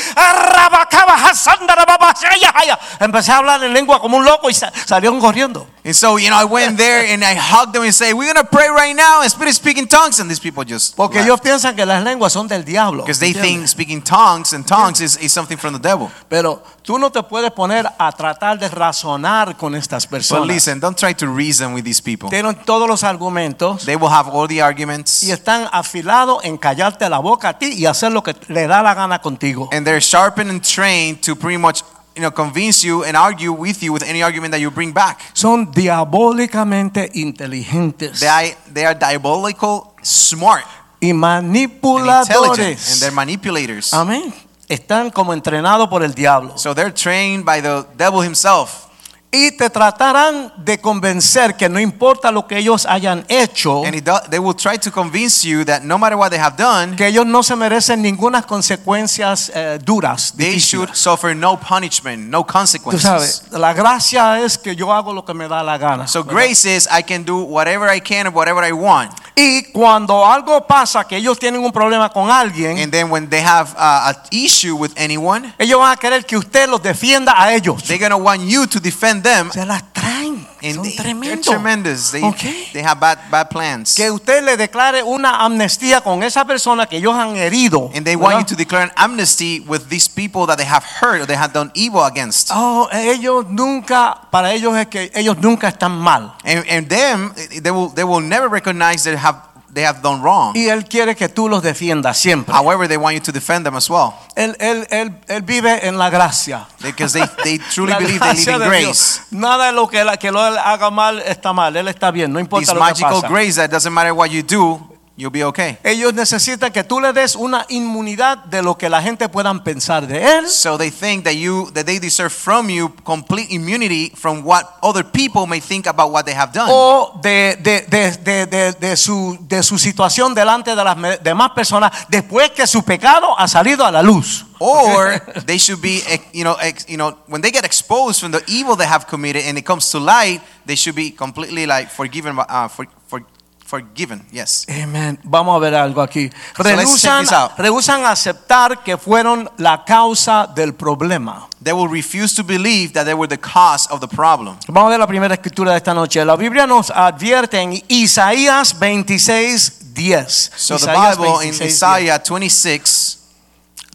Arrabacabajasandarababasayaya. Empecé a hablar en lengua como un loco y sa- salieron corriendo. And so, you know, I went there and I hugged them and say, We're gonna pray right now and spirit speaking tongues. And these people just Porque ellos piensan que las lenguas son del diablo. because they ¿entiendes? think speaking tongues and tongues is, is something from the devil. Pero tú no te puedes poner a tratar de razonar con estas But personas. listen, don't try to reason with these people. Tienen todos los argumentos. They will have all the arguments y están afilados en callarte la boca a ti y hacer lo que le da la gana contigo. and they're sharpened and trained to pretty much you know convince you and argue with you with any argument that you bring back. Son diabólicamente inteligentes They are, they are diabolical, smart, y and intelligent, and manipuladores. they're manipulators. Amén. Están como entrenados por el diablo. So they're trained by the devil himself. Y te tratarán de convencer que no importa lo que ellos hayan hecho, And it do, they will try to convince you that no matter what they have done, que ellos no se merecen ninguna consecuencias eh, duras. they difíciles. should suffer no punishment, no Tú consequences. sabes, la gracia es que yo hago lo que me da la gana. So ¿verdad? grace is I can do whatever I can and whatever I want. Y cuando algo pasa, que ellos tienen un problema con alguien, And then when they have uh, an issue with anyone, Ellos van a querer que usted los defienda a ellos. they're gonna want you to defend them. Se las traen. And Son they, they're tremendos. tremendous. They, Ok. they have bad bad plans. Que usted le declare una amnistía con esa persona que ellos han herido. And they want you ¿verdad? to declare an amnesty with these people that they have hurt or they have done evil against. Oh, ellos nunca, para ellos es que ellos nunca están mal. And, and them, they will they will never recognize they have they have done wrong. Y él quiere que tú los defiendas siempre. However, they want you to defend them as well. Él, él, él, él vive en la gracia. because they, they truly La believe they live gracia in de Dios. grace. Nada de lo que, él- que lo él haga mal está mal. Él está bien, no importa This lo que magical pasa. grace that doesn't matter what you do, you'll be okay. Ellos necesitan que tú le des una inmunidad de lo que la gente puedan pensar de él. So they think that you that they deserve from you complete immunity from what other people may think about what they have done. o de, de, de, de, de, de su, de su situación delante de las me- demás personas después que su pecado ha salido a la luz. [LAUGHS] Or they should be, eh, you know, ex, you know, when they get exposed from the evil they have committed and it comes to light, they should be completely like forgiven, uh, for, for, forgiven. Yes. Amen. Vamos a ver algo aquí. let's check Rehusan, this out. rehusan aceptar que fueron la causa del problema. They will refuse to believe that they were the cause of the problem. Vamos a ver la primera escritura de esta noche. La Biblia nos advierte en Isaías 26, 10. So the Bible in 26, Isaiah 26,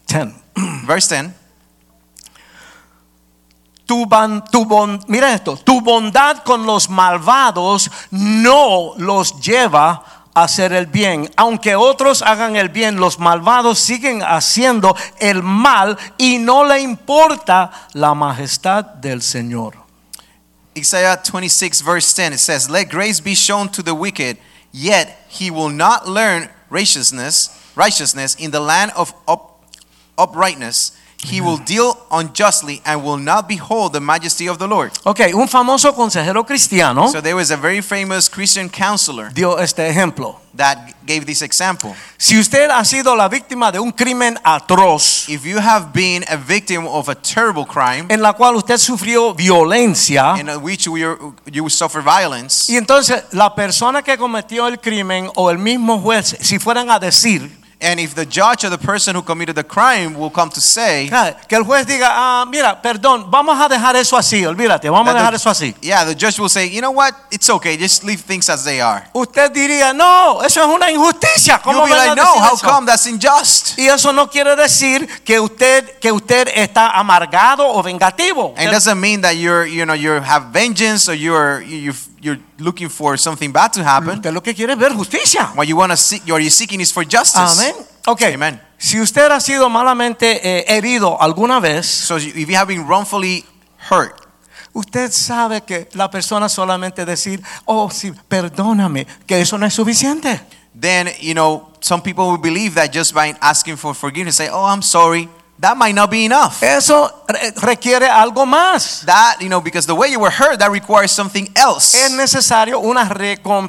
10. verse 10. Tu, ban- tu bon- mira esto, tu bondad con los malvados no los lleva a hacer el bien. Aunque otros hagan el bien, los malvados siguen haciendo el mal y no le importa la majestad del Señor. Isaiah 26, verse 10, it says, Let grace be shown to the wicked, yet he will not learn righteousness, righteousness in the land of up, uprightness. He will deal unjustly and will not behold the majesty of the Lord. Ok, un famoso consejero cristiano So there was a very famous Christian counselor dio este ejemplo. that gave this example. Si usted ha sido la víctima de un crimen atroz If you have been a victim of a terrible crime en la cual usted sufrió violencia, in which you, you suffer violence, y entonces la persona que cometió el crimen o el mismo juez, si fueran a decir, and if the judge or the person who committed the crime will come to say, ah, que el juez diga, ah, mira, perdón, vamos a dejar eso así, olvídate, vamos a that dejar the- eso así. Yeah, the judge will say, you know what? It's okay. Just leave things as they are. Usted diría, no, eso es una injusticia. ¿Cómo You'll be van a like, decir no, how eso?" come? That's unjust. Y eso no quiere decir que usted que usted está amargado o vengativo. And it Usted- doesn't mean that you're, you know, you have vengeance or you're, you you're looking for something bad to happen. usted lo que quiere es ver justicia. What you want to seek, what you're seeking is for justice. Amén. Ok. Amen. Si usted ha sido malamente eh, herido alguna vez, So if you have been wrongfully hurt, usted sabe que la persona solamente decir, oh, sí, perdóname, que eso no es suficiente. then you know some people will believe that just by asking for forgiveness, say, "Oh, I'm sorry," that might not be enough. Eh. Eso re- requiere algo más. That you know because the way you were hurt, that requires something else. Es necesario una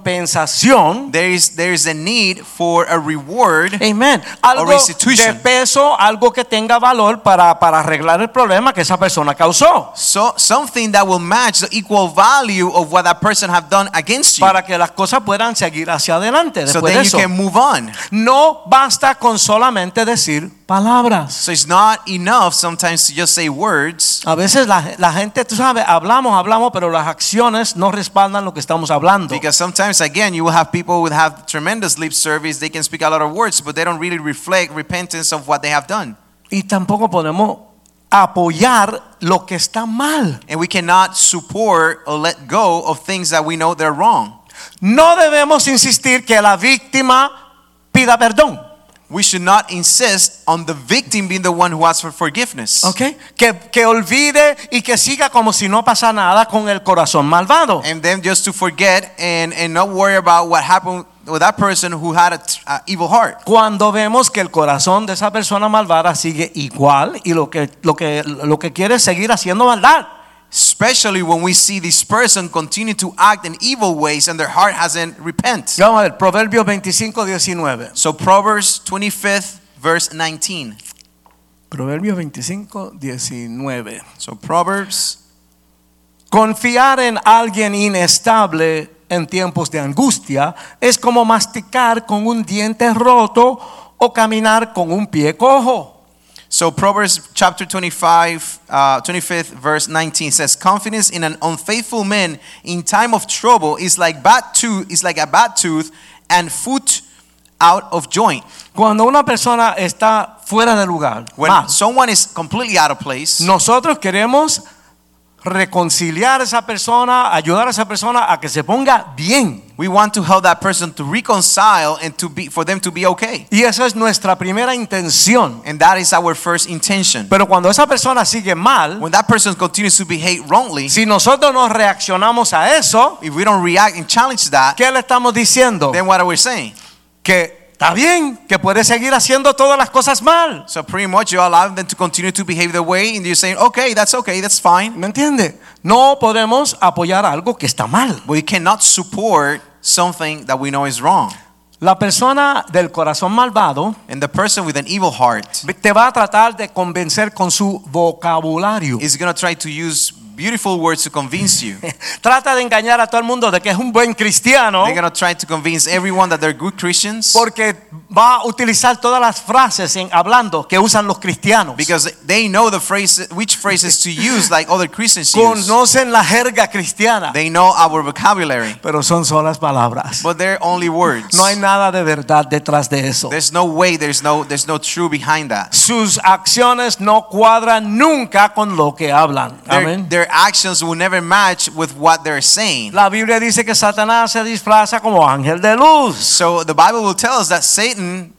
recompensación. there is there is a need for a reward. Amén. Algo de restitution. peso, algo que tenga valor para, para arreglar el problema que esa persona causó. So something that will match the equal value of what that person have done against you. Para que las cosas puedan seguir hacia adelante so después then de eso. you can move on. No basta con solamente decir palabras. So it's not enough sometimes to just say words. A veces la, la gente, tú sabes, hablamos, hablamos, pero las acciones no respaldan lo que estamos hablando. Because sometimes, again, you will have people who have tremendous lip service. They can speak a lot of words, but they don't really reflect repentance of what they have done. Y tampoco podemos apoyar lo que está mal. And we cannot support or let go of things that we know they're wrong. No debemos insistir que la víctima pida perdón. We should not insist on the victim being the one who asks for forgiveness. ¿Ok? Que, que olvide y que siga como si no pasa nada con el corazón malvado. And then just to forget and, and not worry about what happened with that person who had an evil heart. Cuando vemos que el corazón de esa persona malvada sigue igual y lo que, lo que, lo que quiere es seguir haciendo maldad. Especially when we see this person continue to act in evil ways and their heart hasn't repent. Vamos a ver, Proverbios 25, 19. So Proverbs 25 verse 19. Proverbios 25, 19. So Proverbs Confiar en alguien inestable en tiempos de angustia es como masticar con un diente roto o caminar con un pie cojo. So Proverbs chapter 25, uh, 25th verse 19 says, "Confidence in an unfaithful man in time of trouble is like bad tooth, is like a bad tooth and foot out of joint. Cuando una persona está fuera de lugar, When mal, someone is completely out of place, nosotros queremos reconciliar a esa persona, ayudar a esa persona a que se ponga bien. we want to help that person to reconcile and to be for them to be okay. Y esa es nuestra primera intención. And that is our first intention. Pero cuando esa persona sigue mal, When that person continues to behave wrongly, Si nosotros nos reaccionamos a eso, if we don't react and challenge that, ¿qué le estamos diciendo? then what are we saying? Que está bien, que puede seguir haciendo todas las cosas mal. So pretty much you're allowing them to continue to behave the way and you're saying, okay, that's okay, that's fine. ¿Me entiende? No podemos apoyar algo que está mal. We cannot support something that we know is wrong. La persona del corazón malvado And the person with an evil heart te va a tratar de convencer con su vocabulario. [LAUGHS] is going to try to use beautiful words to convince you. They're Trata de engañar a todo el mundo de que es un buen cristiano going to try to convince everyone that they're good Christians porque va a utilizar todas las frases en hablando que usan los cristianos. because they know the phrases, which phrases to use like other Christians use. Conocen la jerga cristiana, They know our vocabulary, pero son solas palabras. but they're only words. No hay nada de verdad detrás de eso. There's no way, there's no there's no true behind that. Sus acciones no cuadran nunca con lo que hablan. Their, Amén. their actions will never match with what they're saying. La Biblia dice que Satanás se disfraza como ángel de luz. So the Bible will tell us that Satan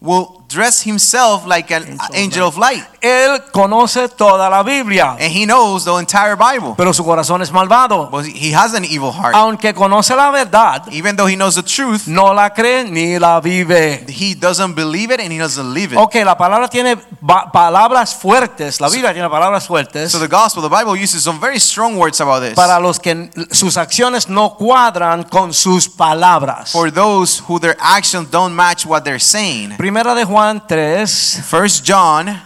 will dress himself like an angel, of light. Él conoce toda la Biblia, And he knows the entire Bible. pero su corazón es malvado. But he has an evil heart. Aunque conoce la verdad, Even though he knows the truth, no la cree ni la vive. he doesn't believe it and he doesn't live it. Ok, la palabra tiene ba- palabras fuertes, la Biblia tiene palabras fuertes So the gospel, the Bible uses some very strong words about this. para los que n- sus acciones no cuadran con sus palabras. For those who their actions don't match what they're saying. Primera de Juan 3, First John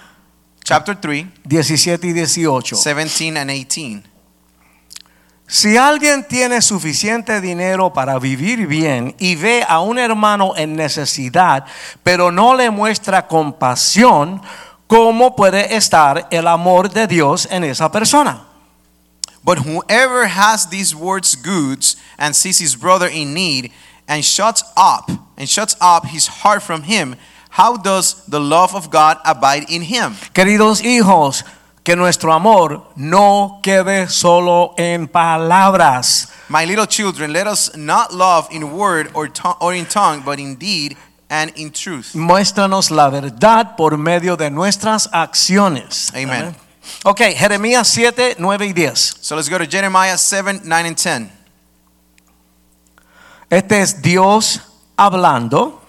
chapter 3, 17 y 18. 17 and 18. Si alguien tiene suficiente dinero para vivir bien y ve a un hermano en necesidad, pero no le muestra compasión, ¿cómo puede estar el amor de Dios en esa persona? But whoever has these words goods and sees his brother in need and shuts up and shuts up his heart from him, how does the love of God abide in him? Queridos hijos, que nuestro amor no quede solo en palabras, My little children, let us not love in word or, tongue, or in tongue, but in deed and in truth. muéstranos la verdad por medio de nuestras acciones. Amen. Ok, Jeremías 7, 9 y 10. So let's go to Jeremiah 7, 9, and 10. Este es Dios hablando.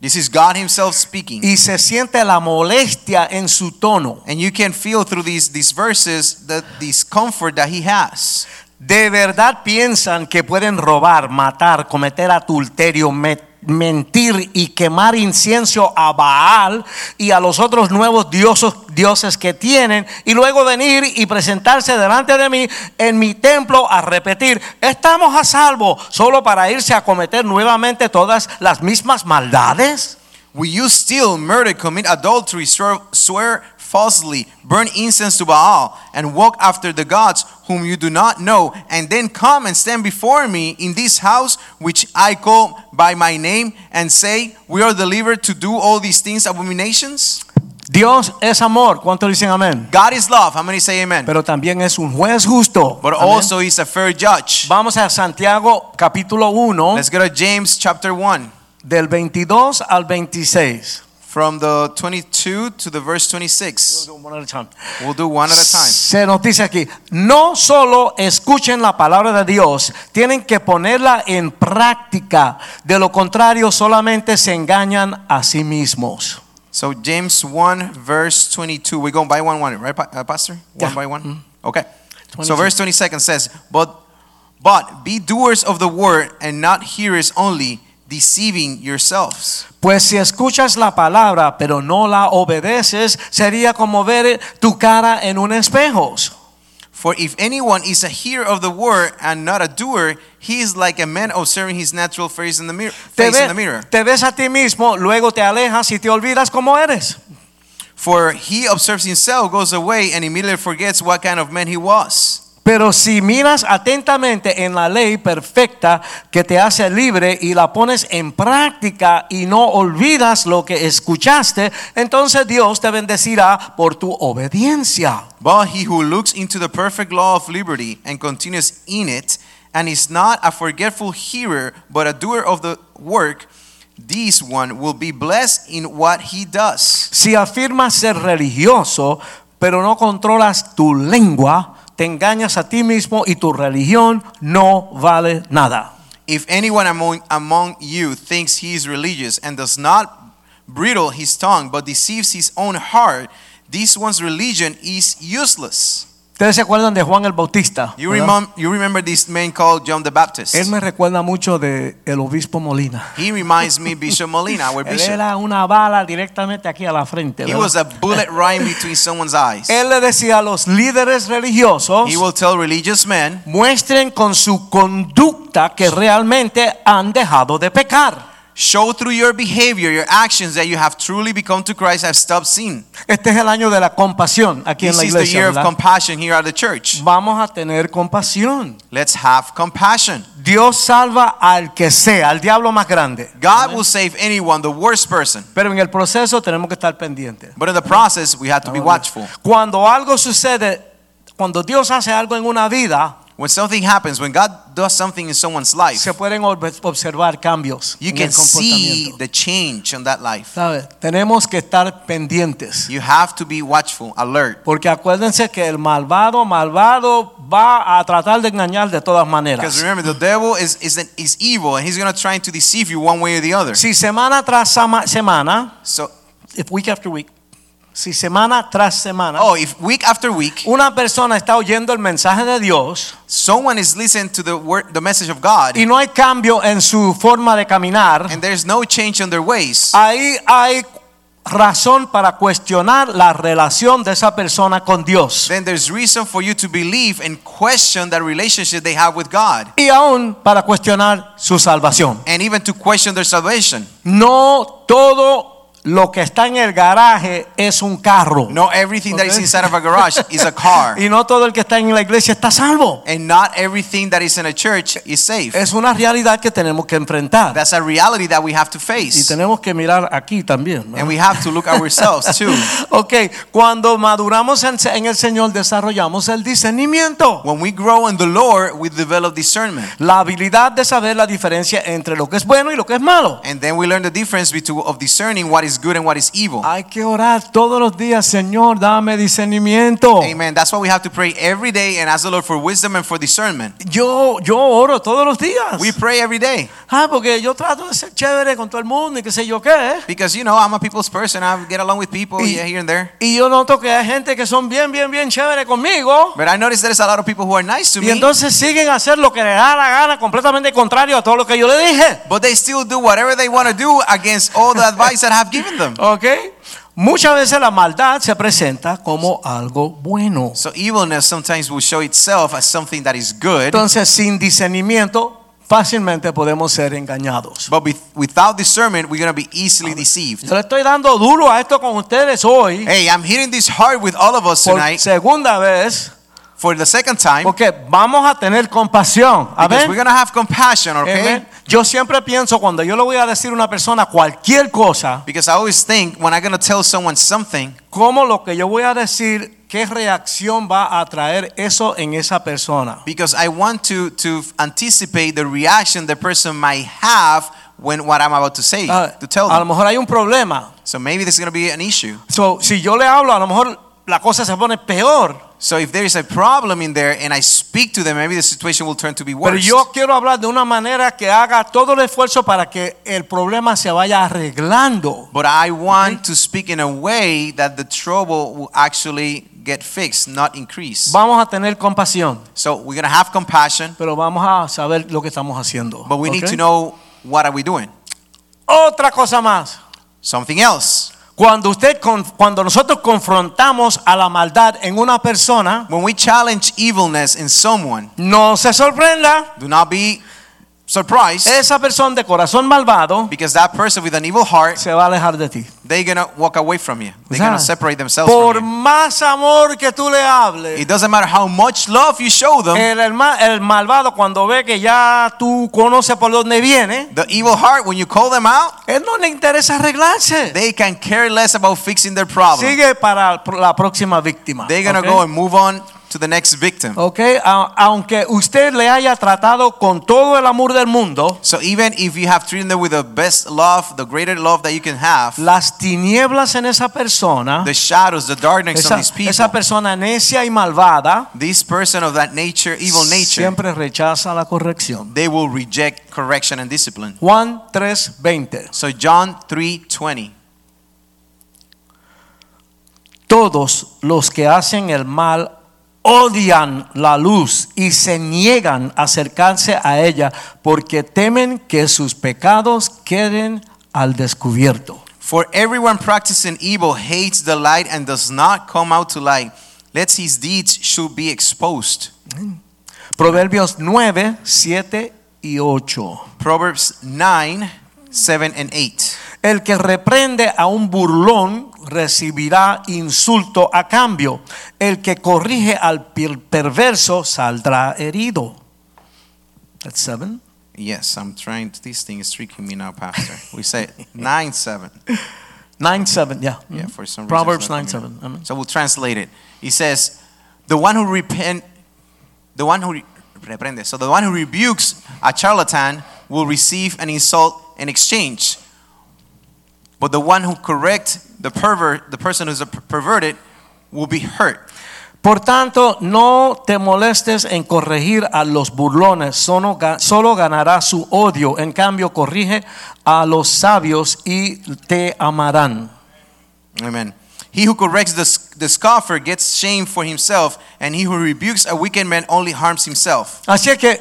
This is God Himself speaking. y se siente la molestia en su tono. And you can feel through these, these verses the discomfort that he has. De verdad piensan que pueden robar, matar, cometer adulterio, me- mentir y quemar incienso a Baal y a los otros nuevos diosos, dioses que tienen y luego venir y presentarse delante de mí en mi templo a repetir, estamos a salvo, solo para irse a cometer nuevamente todas las mismas maldades. Will you steal, murder, commit adultery, swear, swear falsely, burn incense to Baal, and walk after the gods whom you do not know, and then come and stand before me in this house which I call by my name, and say, We are delivered to do all these things, abominations? Dios es amor, ¿cuánto dicen amén? God is love. How many say amen? Pero también es un juez justo. But Amén. also, He's a fair judge. Vamos a Santiago capítulo 1 Let's go to James chapter 1, del 22 al 26. from the 22 to the verse 26. We'll do one at a time. Se nos dice aquí, no solo escuchen la palabra de Dios, tienen que ponerla en práctica, de lo contrario solamente se engañan a sí mismos. So James 1 verse 22. We're going by one one, right pa- uh, pastor? One Yeah. Mm-hmm. by one. Okay. So 22. verse 22 says, "But but be doers of the word and not hearers only, deceiving yourselves." Pues si escuchas la palabra pero no la obedeces, sería como ver tu cara en un espejo. For if anyone is a hearer of the word and not a doer, he is like a man observing his natural face in the mirror. Te, Face in ve- the mirror. te ves a ti mismo, luego te alejas y te olvidas cómo eres. For he observes himself, goes away, and immediately forgets what kind of man he was. Pero si miras atentamente en la ley perfecta que te hace libre y la pones en práctica y no olvidas lo que escuchaste, entonces Dios te bendecirá por tu obediencia. But he who looks into the perfect law of liberty and continues in it, and is not a forgetful hearer, but a doer of the work, this one will be blessed in what he does. Si afirmas ser religioso, pero no controlas tu lengua, te engañas a ti mismo y tu religión no vale nada. If anyone among, among you thinks he is religious and does not bridle his tongue, but deceives his own heart, this one's religion is useless. Ustedes se acuerdan de Juan el Bautista. You, ¿verdad? remem- you remember this man called John the Baptist? Él me recuerda mucho de el obispo Molina. He reminds me Bishop Molina, our Él bishop. era una bala directamente aquí a la frente. He ¿verdad? was a bullet right between someone's eyes. Él le decía a los líderes religiosos, He will tell religious men, muestren con su conducta que realmente han dejado de pecar. show through your behavior, your actions, that you have truly become to Christ, have stopped sin. Este es el año de la compasión aquí en This la is the iglesia. year of ¿verdad? compassion here at the church. Vamos a tener compasión. Let's have compassion. Dios salva al que sea, al diablo más grande. God will save anyone, the worst person. Pero en el proceso tenemos que estar pendientes. But in the process, we have to be watchful. Cuando algo sucede, cuando Dios hace algo en una vida, When something happens, when God does something in someone's life, se pueden ob- observar cambios you en can el see comportamiento. the change on that life. ¿Sabe? Tenemos que estar pendientes. You have to be watchful, alert. Porque acuérdense que el malvado, malvado va a tratar de engañar de todas Because maneras. remember, the devil is, is, an, is evil and he's going to try to deceive you one way or the other. Si semana tras sama- semana, So, if week after week, si semana tras semana, oh, if week after week, una persona está oyendo el mensaje de Dios someone is listening to the word, the message of God, y no hay cambio en su forma de caminar, and there's no change on their ways, ahí hay razón para cuestionar la relación de esa persona con Dios. then there's reason for you to believe and question that relationship they have with God, Y aún para cuestionar su salvación. and even to question their salvation. No todo lo que está en el garaje es un carro. No everything that is Okay. inside of a garage is a car, Y no todo el que está en la iglesia está salvo. and not everything that is in a church is safe. Es una realidad que tenemos que enfrentar. That's a reality that we have to Y face, tenemos que mirar aquí también. ¿no? and we have to look at ourselves too. Ok, cuando maduramos en, en el Señor desarrollamos el discernimiento. When we grow in the Lord, we develop discernment. La habilidad de saber la diferencia entre lo que es bueno y lo que es malo. And then we learn the difference between of discerning what is good and what is evil. Hay que orar todos los días, Señor, dame discernimiento. Amen. That's why we have to pray every day and ask the Lord for wisdom and for discernment. Yo, yo oro todos los días. We pray every day Ah, porque yo trato de ser chévere con todo el mundo y qué sé yo qué. because you know I'm a people's person. I get along with people yeah, here and there. Y yo noto que hay gente que son bien, bien, bien chévere conmigo. But I notice there's a lot of people who are nice to Y me, entonces siguen a hacer lo que les da la gana, completamente contrario a todo lo que yo le dije. but they still do whatever they want to do against [LAUGHS] all the advice that I have given them. ¿Ok? Muchas veces la maldad se presenta como algo bueno. So evilness sometimes will show itself as something that is good, Entonces, sin discernimiento, fácilmente podemos ser engañados. but with, without discernment, we're going to be easily deceived. Yo le estoy dando duro a esto con ustedes hoy. Hey, I'm hitting this hard with all of us por tonight segunda vez, for the second time porque vamos a tener compasión. because we're Amén. going to have compassion, okay? Amén. Yo siempre pienso cuando yo le voy a decir a una persona cualquier cosa, Because I always think when I'm going to tell someone something, cómo lo que yo voy a decir, qué reacción va a traer eso en esa persona. because I want to to anticipate the reaction the person might have when what I'm about to say Ah, to tell a lo them. mejor hay un problema. So maybe there's going to be an issue. So, si yo le hablo, a lo mejor la cosa se pone peor. So if there is a problem in there and I speak to them, maybe the situation will turn to be Pero worse. yo quiero hablar de una manera que haga todo el esfuerzo para que el problema se vaya arreglando. But I want to speak in a way that the trouble will actually get fixed, not increase. Vamos a tener compasión, so we're going to have compassion, pero vamos a saber lo que estamos haciendo. but we need ¿ok? to know what are we doing? Otra cosa más. Something else. Cuando usted con- cuando nosotros confrontamos a la maldad en una persona, When we challenge evilness in someone, no se sorprenda, do not be surprised esa persona de corazón malvado because that person with an evil heart se va a alejar de ti. they're gonna walk away from you. They're O sea, gonna separate themselves Por from más amor que tú le you. hables, It doesn't matter how much love you show them. el, herma- el malvado cuando ve que ya tú conoces por dónde viene, the evil heart, when you call them out, él no le interesa arreglarse. they can care less about fixing their problem. Sigue para la próxima víctima. They're gonna ¿ok? go and move on to the next victim. Ok, a- aunque usted le haya tratado con todo el amor del mundo, So even if you have treated them with the best love, the greater love that you can have, las tinieblas en esa persona, the shadows, the darkness esa, of these people, esa persona necia y malvada, this person of that nature, evil nature, siempre rechaza la corrección. they will reject correction and discipline. Juan 3:20. So John three twenty. Todos los que hacen el mal odian la luz y se niegan a acercarse a ella porque temen que sus pecados queden al descubierto. For everyone practicing evil hates the light and does not come out to light, lest his deeds should be exposed. Proverbios 9, 7 y 8. Proverbs 9, 7 and 8. El que reprende a un burlón recibirá insulto a cambio. El que corrige al per- perverso saldrá herido. That's seven. Yes, I'm trying. This thing is tricking me now, Pastor. We said [LAUGHS] 9, 7. Nine, seven, yeah. Yeah, for some reason. Mm-hmm. Proverbs it's not 9, coming up. 7. Amen. So we'll translate it. He says, The one who repent, the one who reprende. So the one who rebukes a charlatan will receive an insult in exchange. But the one who corrects the pervert, the person who's a per- perverted, will be hurt. Por tanto, no te molestes en corregir a los burlones, solo, ga- solo ganará su odio. En cambio, corrige a los sabios y te amarán. Amen. He who corrects the, sc- the scoffer gets shame for himself, and he who rebukes a wicked man only harms himself. Así es que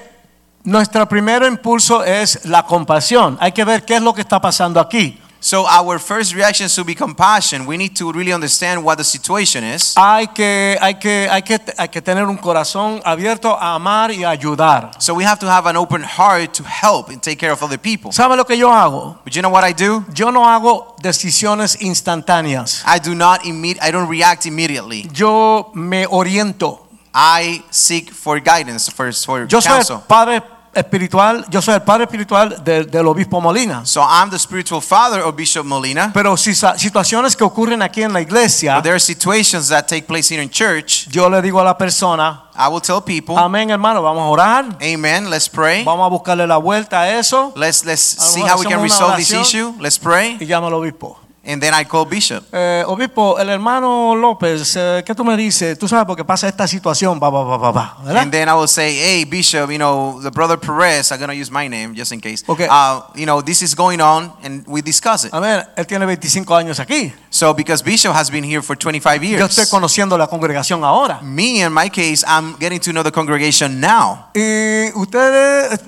nuestro primer impulso es la compasión. Hay que ver qué es lo que está pasando aquí. So our first reaction should be compassion. We need to really understand what the situation is. Hay que, hay que, hay que, hay que tener un corazón abierto a amar y a ayudar. So we have to have an open heart to help and take care of other people. ¿Sabe lo que yo hago? But you know what I do? Yo no hago decisiones instantáneas. I do not imme- I don't react immediately. Yo me oriento. I seek for guidance first for Yo soy el counsel. padre espiritual, yo soy el padre espiritual de- del obispo Molina. So I'm the spiritual father of Bishop Molina. Pero si sa- situaciones que ocurren aquí en la iglesia, But there are situations that take place here in church. yo le digo a la persona, I will tell people, amén hermano, vamos a orar, Amen. Let's pray. vamos a buscarle la vuelta a eso Let's let's see mejor how hacemos we can una resolve this oración. issue. Let's pray. y llama al obispo. And then I call Bishop. Eh, obispo, el hermano López, eh, ¿qué tú me dices? Tú sabes por qué pasa esta situación, va, va, va, va, va, ¿verdad? And then I will say, hey, Bishop, you know, the brother Perez, I'm going to use my name just in case. Okay. Uh, you know, this is going on and we discuss it. Amén, él tiene 25 años aquí. So, because Bishop has been here for 25 Yo estoy years, conociendo la congregación ahora. me, in my case, I'm getting to know the congregation now. Y ustedes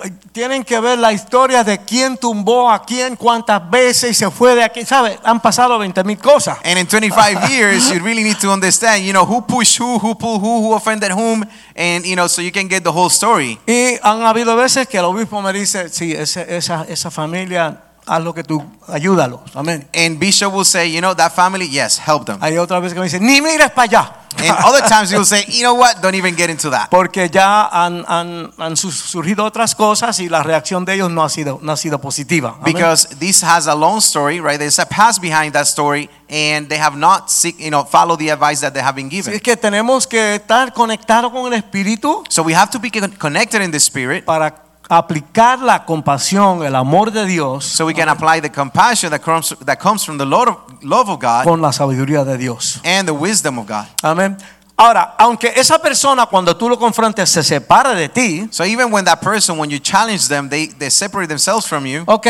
eh, tienen que ver la historia de quién tumbó a quién, cuántas veces y se fue de aquí. ¿Sabe? Han pasado 20 mil cosas. And [LAUGHS] in 25 years, you really need to understand, you know, who pushed who, who pulled who, who offended whom, and, you know, so you can get the whole story. Y han habido veces que el obispo me dice, sí, ese- esa, esa familia, haz lo que tú, ayúdalo. Amén. And Bishop will say, you know, that family, yes, help them. Hay otra vez que me dice, ni mires para allá. [LAUGHS] And [LAUGHS] other times he will say, you know what, don't even get into that. Porque ya han, han- han su- surgido otras cosas y la reacción de ellos no ha sido, no ha sido positiva. Amén. because this has a long story, right? There's a past behind that story, and they have not seek, you know, follow the advice that they have been Así given. es que tenemos que estar conectados con el Espíritu So we have to be con- connected in the spirit, para aplicar la compasión, el amor de Dios so we can apply the compassion that comes that comes from the Lord of, love of God con la sabiduría de Dios. and the wisdom of God. Amén. Ahora, aunque esa persona cuando tú lo confrontes se separa de ti, So even when that person, when you challenge them, they they separate themselves from you. ok,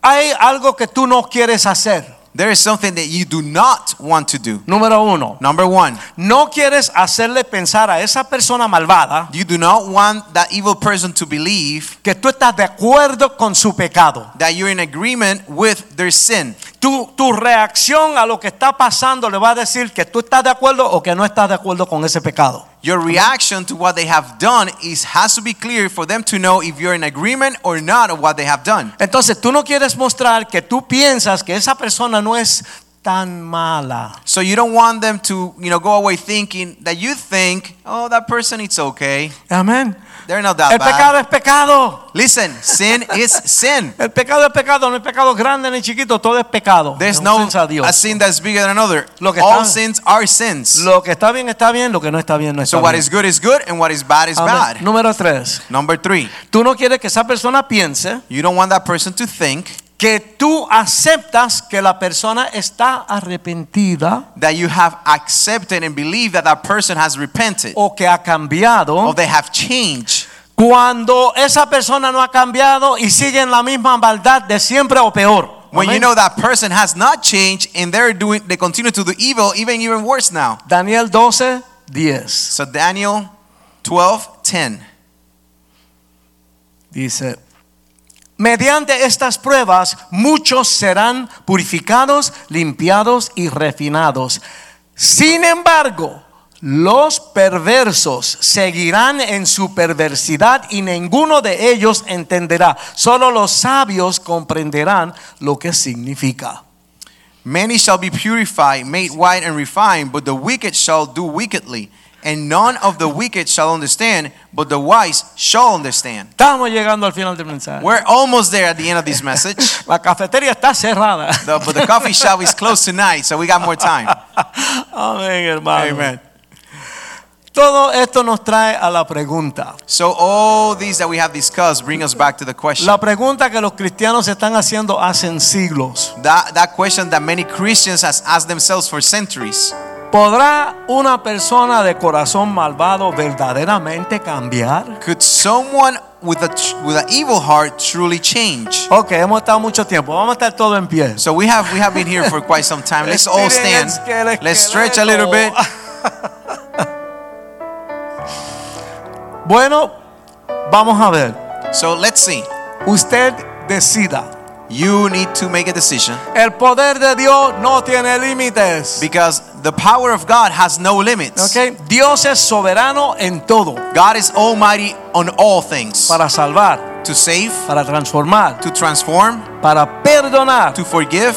hay algo que tú no quieres hacer. There is something that you do not want to do. Número uno, Number one, no quieres hacerle pensar a esa persona malvada you do not want that evil person to believe que tú estás de acuerdo con su pecado. that you're in agreement with their sin. Tu, tu reacción a lo que está pasando le va a decir que tú estás de acuerdo o que no estás de acuerdo con ese pecado. Your reaction to what they have done is has to be clear for them to know if you're in agreement or not of what they have done. Entonces tú no quieres mostrar que tú piensas que esa persona no es tan mala. So you don't want them to, you know, go away thinking that you think, oh, that person it's okay. Amén. They're not El that bad. pecado es pecado. Listen, sin is sin. El pecado es pecado, no hay pecado grande ni chiquito, todo es pecado. There's No no ofensa a a Dios. sin that's bigger than another. Lo que All está- sins are sins. Lo que está bien está bien, lo que no está bien no está So what bien. is good is good and what is bad is Amén. bad. Número tres. Number 3. Tú no quieres que esa persona piense You don't want that person to think que tú aceptas que la persona está arrepentida that you have accepted and believe that that person has repented o que ha cambiado or they have changed. cuando esa persona no ha cambiado y sigue en la misma maldad de siempre o peor. When you Amén. know that person has not changed and they're doing, they continue to do evil, even even worse now. Daniel 12, 10 So Daniel 12, 10. dice, mediante estas pruebas muchos serán purificados, limpiados y refinados. Sin embargo, los perversos seguirán en su perversidad y ninguno de ellos entenderá. Solo los sabios comprenderán lo que significa. Many shall be purified, made white and refined, but the wicked shall do wickedly, and none of the wicked shall understand, but the wise shall understand. Estamos llegando al final del mensaje. We're almost there at the end of this message, La cafetería está cerrada. The- but the coffee shop [LAUGHS] is closed tonight, so we got more time. Amén, hermano. Amen. Todo esto nos trae a la pregunta. So all these that we have discussed bring us back to the question. La pregunta que los cristianos están haciendo hace siglos. That, that question that many Christians has asked themselves for centuries. ¿Podrá una persona de corazón malvado verdaderamente cambiar? Could someone with a tr- with an evil heart truly change? Ok, hemos estado mucho tiempo. Vamos a estar todo en pie. So we have we have been here for quite some time. Let's all Estiren stand. el esqueleto. Let's stretch a little bit. Bueno, vamos a ver. So let's see. Usted decida. You need to make a decision El poder de Dios no tiene límites. because the power of God has no limits. Ok, Dios es soberano en todo. God is almighty on all things. Para salvar, To save, para transformar, to transform, para perdonar. to forgive,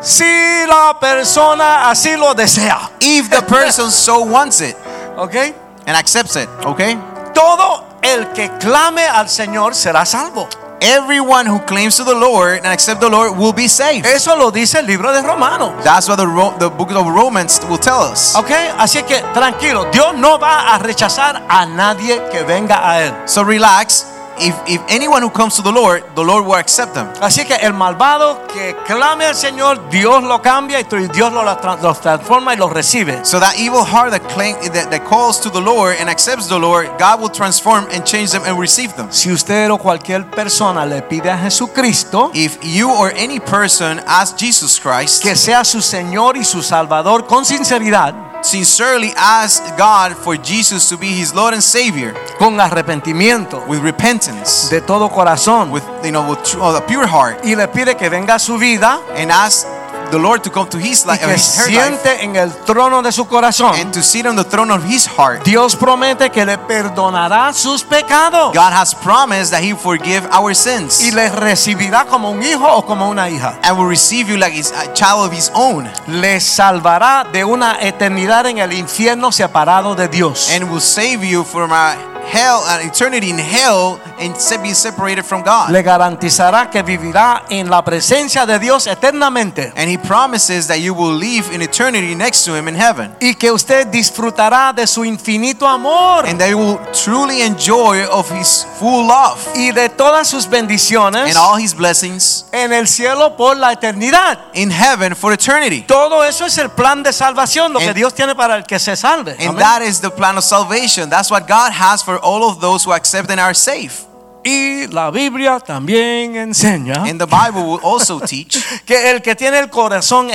Si la persona así lo desea. if the [LAUGHS] person so wants it Ok. and accepts it, okay? Todo el que clame al Señor será salvo. Everyone who claims to the Lord and accept the Lord will be saved. Eso lo dice el libro de Romanos. That's what the, Ro- the book of Romans will tell us. Ok, así que tranquilo, Dios no va a rechazar a nadie que venga a Él. So relax. If, if anyone who comes to the Lord, the Lord will accept them. Así que el malvado que clame al Señor, Dios lo cambia y tu- Dios lo, la- tra- lo transforma y lo recibe. So that evil heart that, claim, that, that calls to the Lord and accepts the Lord, God will transform and change them and receive them. Si usted o cualquier persona le pide a Jesucristo If you or any person ask Jesus Christ, que sea su Señor y su Salvador con sinceridad, sincerely ask God for Jesus to be his Lord and Savior con arrepentimiento, with repentance, de todo corazón, with you know with, tr- with a pure heart, y le pide que venga a su vida and ask the Lord to come to his y life, que his her life, siente en el trono de su corazón. and to sit on the throne of his heart. Dios promete que le perdonará sus pecados God has promised that he will forgive our sins y le recibirá como un hijo o como una hija. and will receive you like his, a child of his own Le salvará de una eternidad en el infierno separado de Dios. and will save you from a hell an eternity in hell and se- be separated from God. Le garantizará que vivirá en la presencia de Dios eternamente and he promises that you will live in eternity next to him in heaven. y que usted disfrutará de su infinito amor and they will truly enjoy of his full love y de todas sus bendiciones and all his blessings en el cielo por la eternidad. in heaven for eternity Todo eso es el plan de salvación, lo que And- Dios tiene para el que se salve. and Amén. that is the plan of salvation that's what god has for all of those who accept and are safe Y la Biblia también enseña and the bible will [LAUGHS] also teach que el que tiene el corazón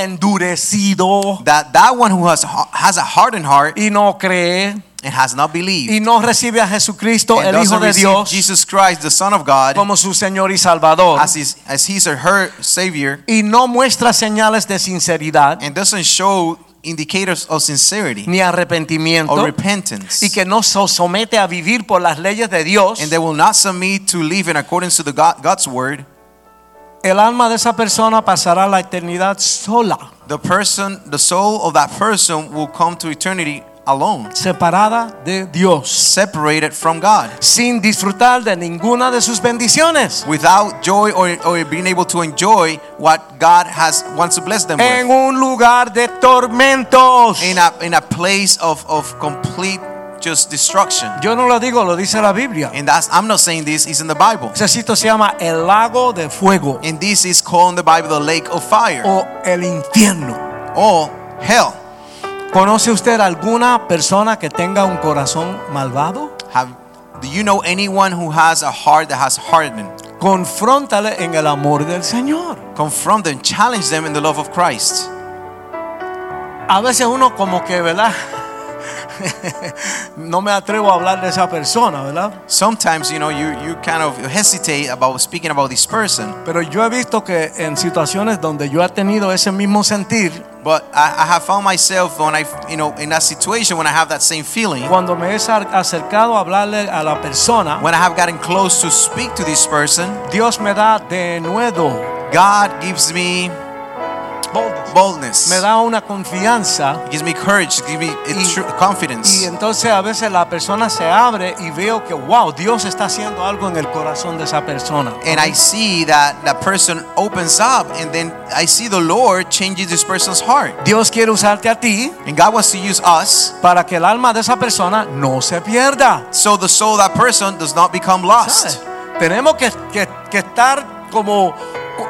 endurecido that that one who has has a hardened heart y no cree and has not y believed no recibe a Jesucristo, and el Hijo doesn't de receive Dios, jesus christ the son of god como su Señor y Salvador, as his as his or her savior y no muestra señales de sinceridad and doesn't show indicators of sincerity ni arrepentimiento, or repentance y que no se somete a vivir por las leyes de Dios, and they will not submit to live in accordance to the god, god's word el alma de esa persona pasará la eternidad sola, the person the soul of that person will come to eternity alone separada de Dios, separated from god sin disfrutar de ninguna de sus bendiciones. without joy or, or being able to enjoy what god has wants to bless them en with un lugar de tormentos. in a, in a place of, of complete just destruction Yo no lo digo, lo dice la Biblia. and that's i'm not saying this is in the bible Ese sitio se llama el lago de fuego and this is called in the bible the lake of fire o el infierno. or hell ¿Conoce usted alguna persona que tenga un corazón malvado? have do you know anyone who has a heart that has hardened Confróntale en el amor del Señor. confront them challenge them in the love of christ A veces uno como que, ¿verdad? [LAUGHS] no me atrevo a hablar de esa persona, ¿verdad? sometimes you know you, you kind of hesitate about speaking about this person Pero yo he visto que en situaciones donde yo he tenido ese mismo sentir, But I, I have found myself when I, you know, in that situation when I have that same feeling, cuando me he sar- acercado a hablarle a la persona, when I have gotten close to speak to this person, Dios me da de nuevo God gives me boldness. boldness. Me da una confianza. It gives me courage, it gives me it Y- tru- Y confidence. entonces E a veces la persona se abre y veo que, wow, Dios está haciendo algo en el corazón de esa persona. And I see that that person opens up, and then I see the Lord changes this person's heart. Dios quiere usarte a ti And God wants to use us para que el alma de esa persona no se pierda. so the soul of that person does not become ¿Sabes? lost. Tenemos que, que- que estar como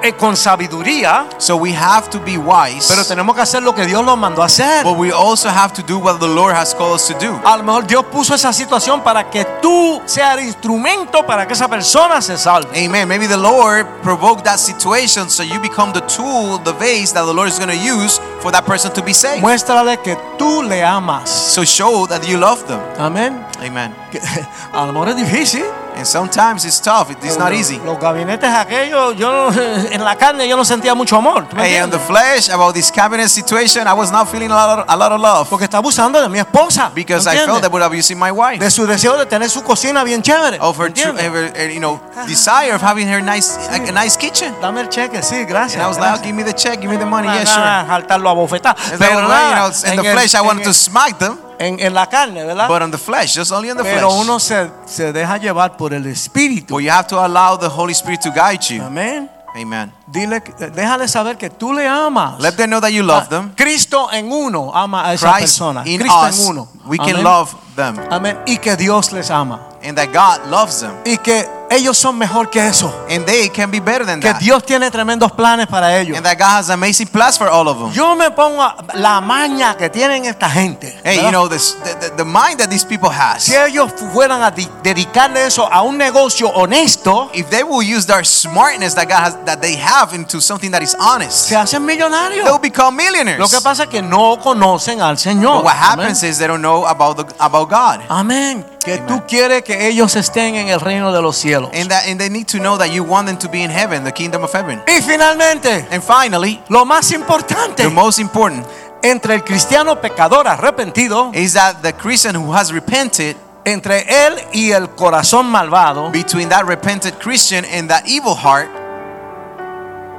eh, con sabiduría, So we have to be wise, pero tenemos que hacer lo que Dios nos mandó a hacer. but we also have to do what the Lord has called us to do. A lo mejor Dios puso esa situación para que tú seas el instrumento para que esa persona se salve. Amen. Maybe the Lord provoked that situation so you become the tool, the vase that the Lord is going to use for that person to be saved. Muéstrale que tú le amas. So show that you love them. Amén. Amen. Que- [LAUGHS] A lo mejor es difícil. And sometimes it's tough. It's not easy. Los gabinetes aquellos, yo no- [LAUGHS] en la carne yo no sentía mucho amor. ¿tú me Hey, on the entiendes? flesh, about this cabinet situation, I was not feeling a lot of, a lot of love Porque estaba abusando de mi esposa. because ¿me I felt entiendes? that would abusing my de wife su deseo de tener su cocina bien chévere. of her, ¿me true, entiendes? her, her, you know, desire of having her nice, a, a nice kitchen. Dame el cheque, sí, gracias. And I was like, gracias. oh, give me the check, give me the money. Yeah, Nada, sure. Jaltarlo a bofetar. It's like, Pero well, you nada, know, in the el- flesh, I en wanted el- to smack them, en- en la carne, ¿verdad? but on the flesh, just only on the Pero flesh. uno se, se deja llevar por el Espíritu. But you have to allow the Holy Spirit to guide you. Amén. Amen. Dile, que- déjale saber que tú le amas. Ah, Let them know that you love them. Cristo en uno ama a esa Christ persona. in Cristo us, en uno. we can Amén. love them, Amén. Y que Dios les ama. and that God loves them, Y que ellos son mejor que eso. and they can be better than Que that, Dios tiene tremendos planes para ellos. and that God has amazing plans for all of them. Yo me pongo a- la maña que tienen esta gente. Hey, ¿verdad? you know this the, the, the mind that these people has. si ellos fueran a di- dedicarle eso a un negocio honesto, If they will use their smartness that God has, that they have into something that is honest, se hacen millonarios. they'll become millionaires. Lo que pasa es que no conocen al Señor. But pues. what Amén. happens is they don't know about the about God, Amén. Que Amen. tú quieres que ellos estén en el reino de los cielos. and that and they need to know that you want them to be in heaven, the kingdom of heaven. y finalmente, And finally, lo más importante the most important entre el cristiano pecador arrepentido, is that the Christian who has repented entre él y el corazón malvado, between that repented Christian and that evil heart,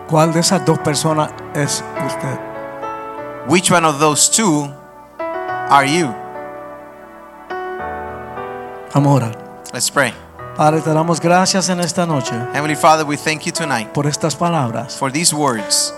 ¿cuál de esas dos personas es usted? which one of those two are you? Vamos a orar. Let's pray. Padre, te damos gracias en esta noche Heavenly Father, we thank you tonight por estas palabras. for these words.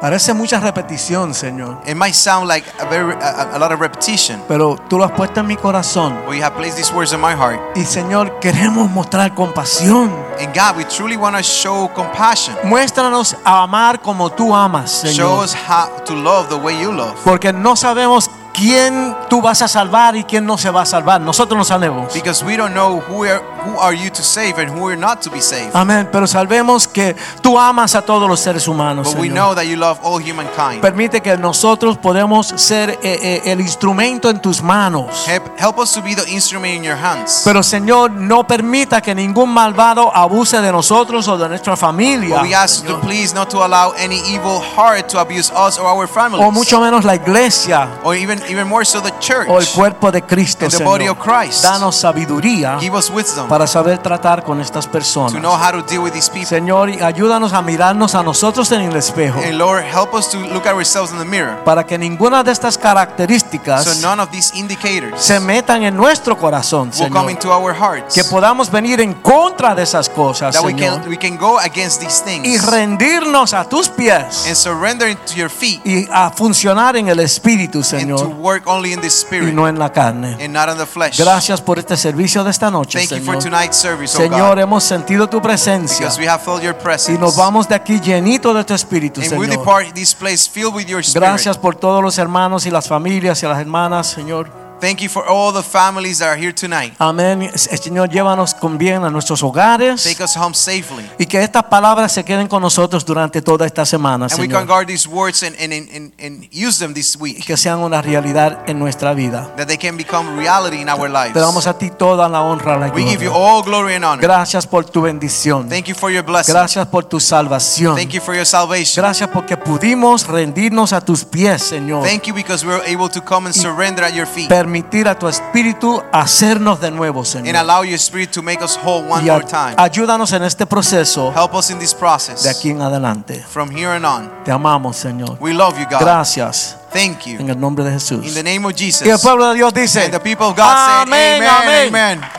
Parece mucha repetición, Señor, It might sound like a, very, a, a lot of repetition, pero tú lo has puesto en mi corazón. but you have placed these words in my heart. Y Señor, queremos mostrar compasión. And God, we truly want to show compassion. Muéstranos a amar como tú amas, Show Señor. us how to love the way you love. Porque no sabemos quién tú vas a salvar y quién no se va a salvar. Nosotros no sabemos. Because we don't know who are, who are you to save and who are not to be saved. Amén. Pero sabemos que tú amas a todos los seres humanos. But we Señor. know that you love all humankind. Permite que nosotros podemos ser eh, eh, el instrumento en tus manos. Help, help us to be the instrument in your hands. Pero Señor, no permita que ningún malvado abuse de nosotros o de nuestra familia. But we ask you to please not to allow any evil heart to abuse us or our families. o mucho menos la iglesia or even, even more so the church. o Oh, el cuerpo de Cristo. And the Señor. body of Christ. Danos sabiduría Give us wisdom para saber tratar con estas personas. to know how to deal with these people. Señor, y ayúdanos a mirarnos a nosotros en el espejo And Lord, help us to look at ourselves in the mirror. para que ninguna de estas características So none of these indicators se metan en nuestro corazón, will come Señor. into our hearts. Que podamos venir en contra de esas cosas, That we Señor, can we can go against these y things rendirnos a tus and pies surrender it to your feet y a funcionar en el Espíritu, and to Señor. work only in the y spirit no en la carne. and not on the flesh. Gracias por este servicio de esta noche, Thank you for Señor. tonight's service, oh Señor, God. hemos sentido tu presencia Because we have felt your y presence. nos vamos de aquí llenitos de tu espíritu, And we Señor. depart this place filled with your spirit. Gracias por todos los hermanos y las familias y las hermanas, Señor. Thank you for all the families that are here tonight. Amén. Eh, Señor, llévanos con bien a nuestros hogares Take us home safely. y que estas palabras se queden con nosotros durante toda esta semana, And we can Señor. guard these words and, and, and, and use them this Y week. que sean una realidad en nuestra vida. That they can become reality in our lives. Te damos a ti toda la honra, la We give you gloria. all glory and honor. Gracias por tu bendición. Thank you for your blessing. Gracias por tu salvación. Thank you for your salvation. Gracias porque pudimos rendirnos a tus pies, Señor. Thank you because we were able to come and surrender at your feet. permitir a tu espíritu hacernos de nuevo, and Señor. allow your spirit to make us whole one Y more a- time. ayúdanos en este proceso Help us in this de process aquí en adelante. from here and on. Te amamos, Señor. We love you, God. Gracias. Thank En you. el nombre de Jesús. In the name of Y el Jesus. pueblo de Dios dice, And the people of God said, amén, Amen, amén. Amen.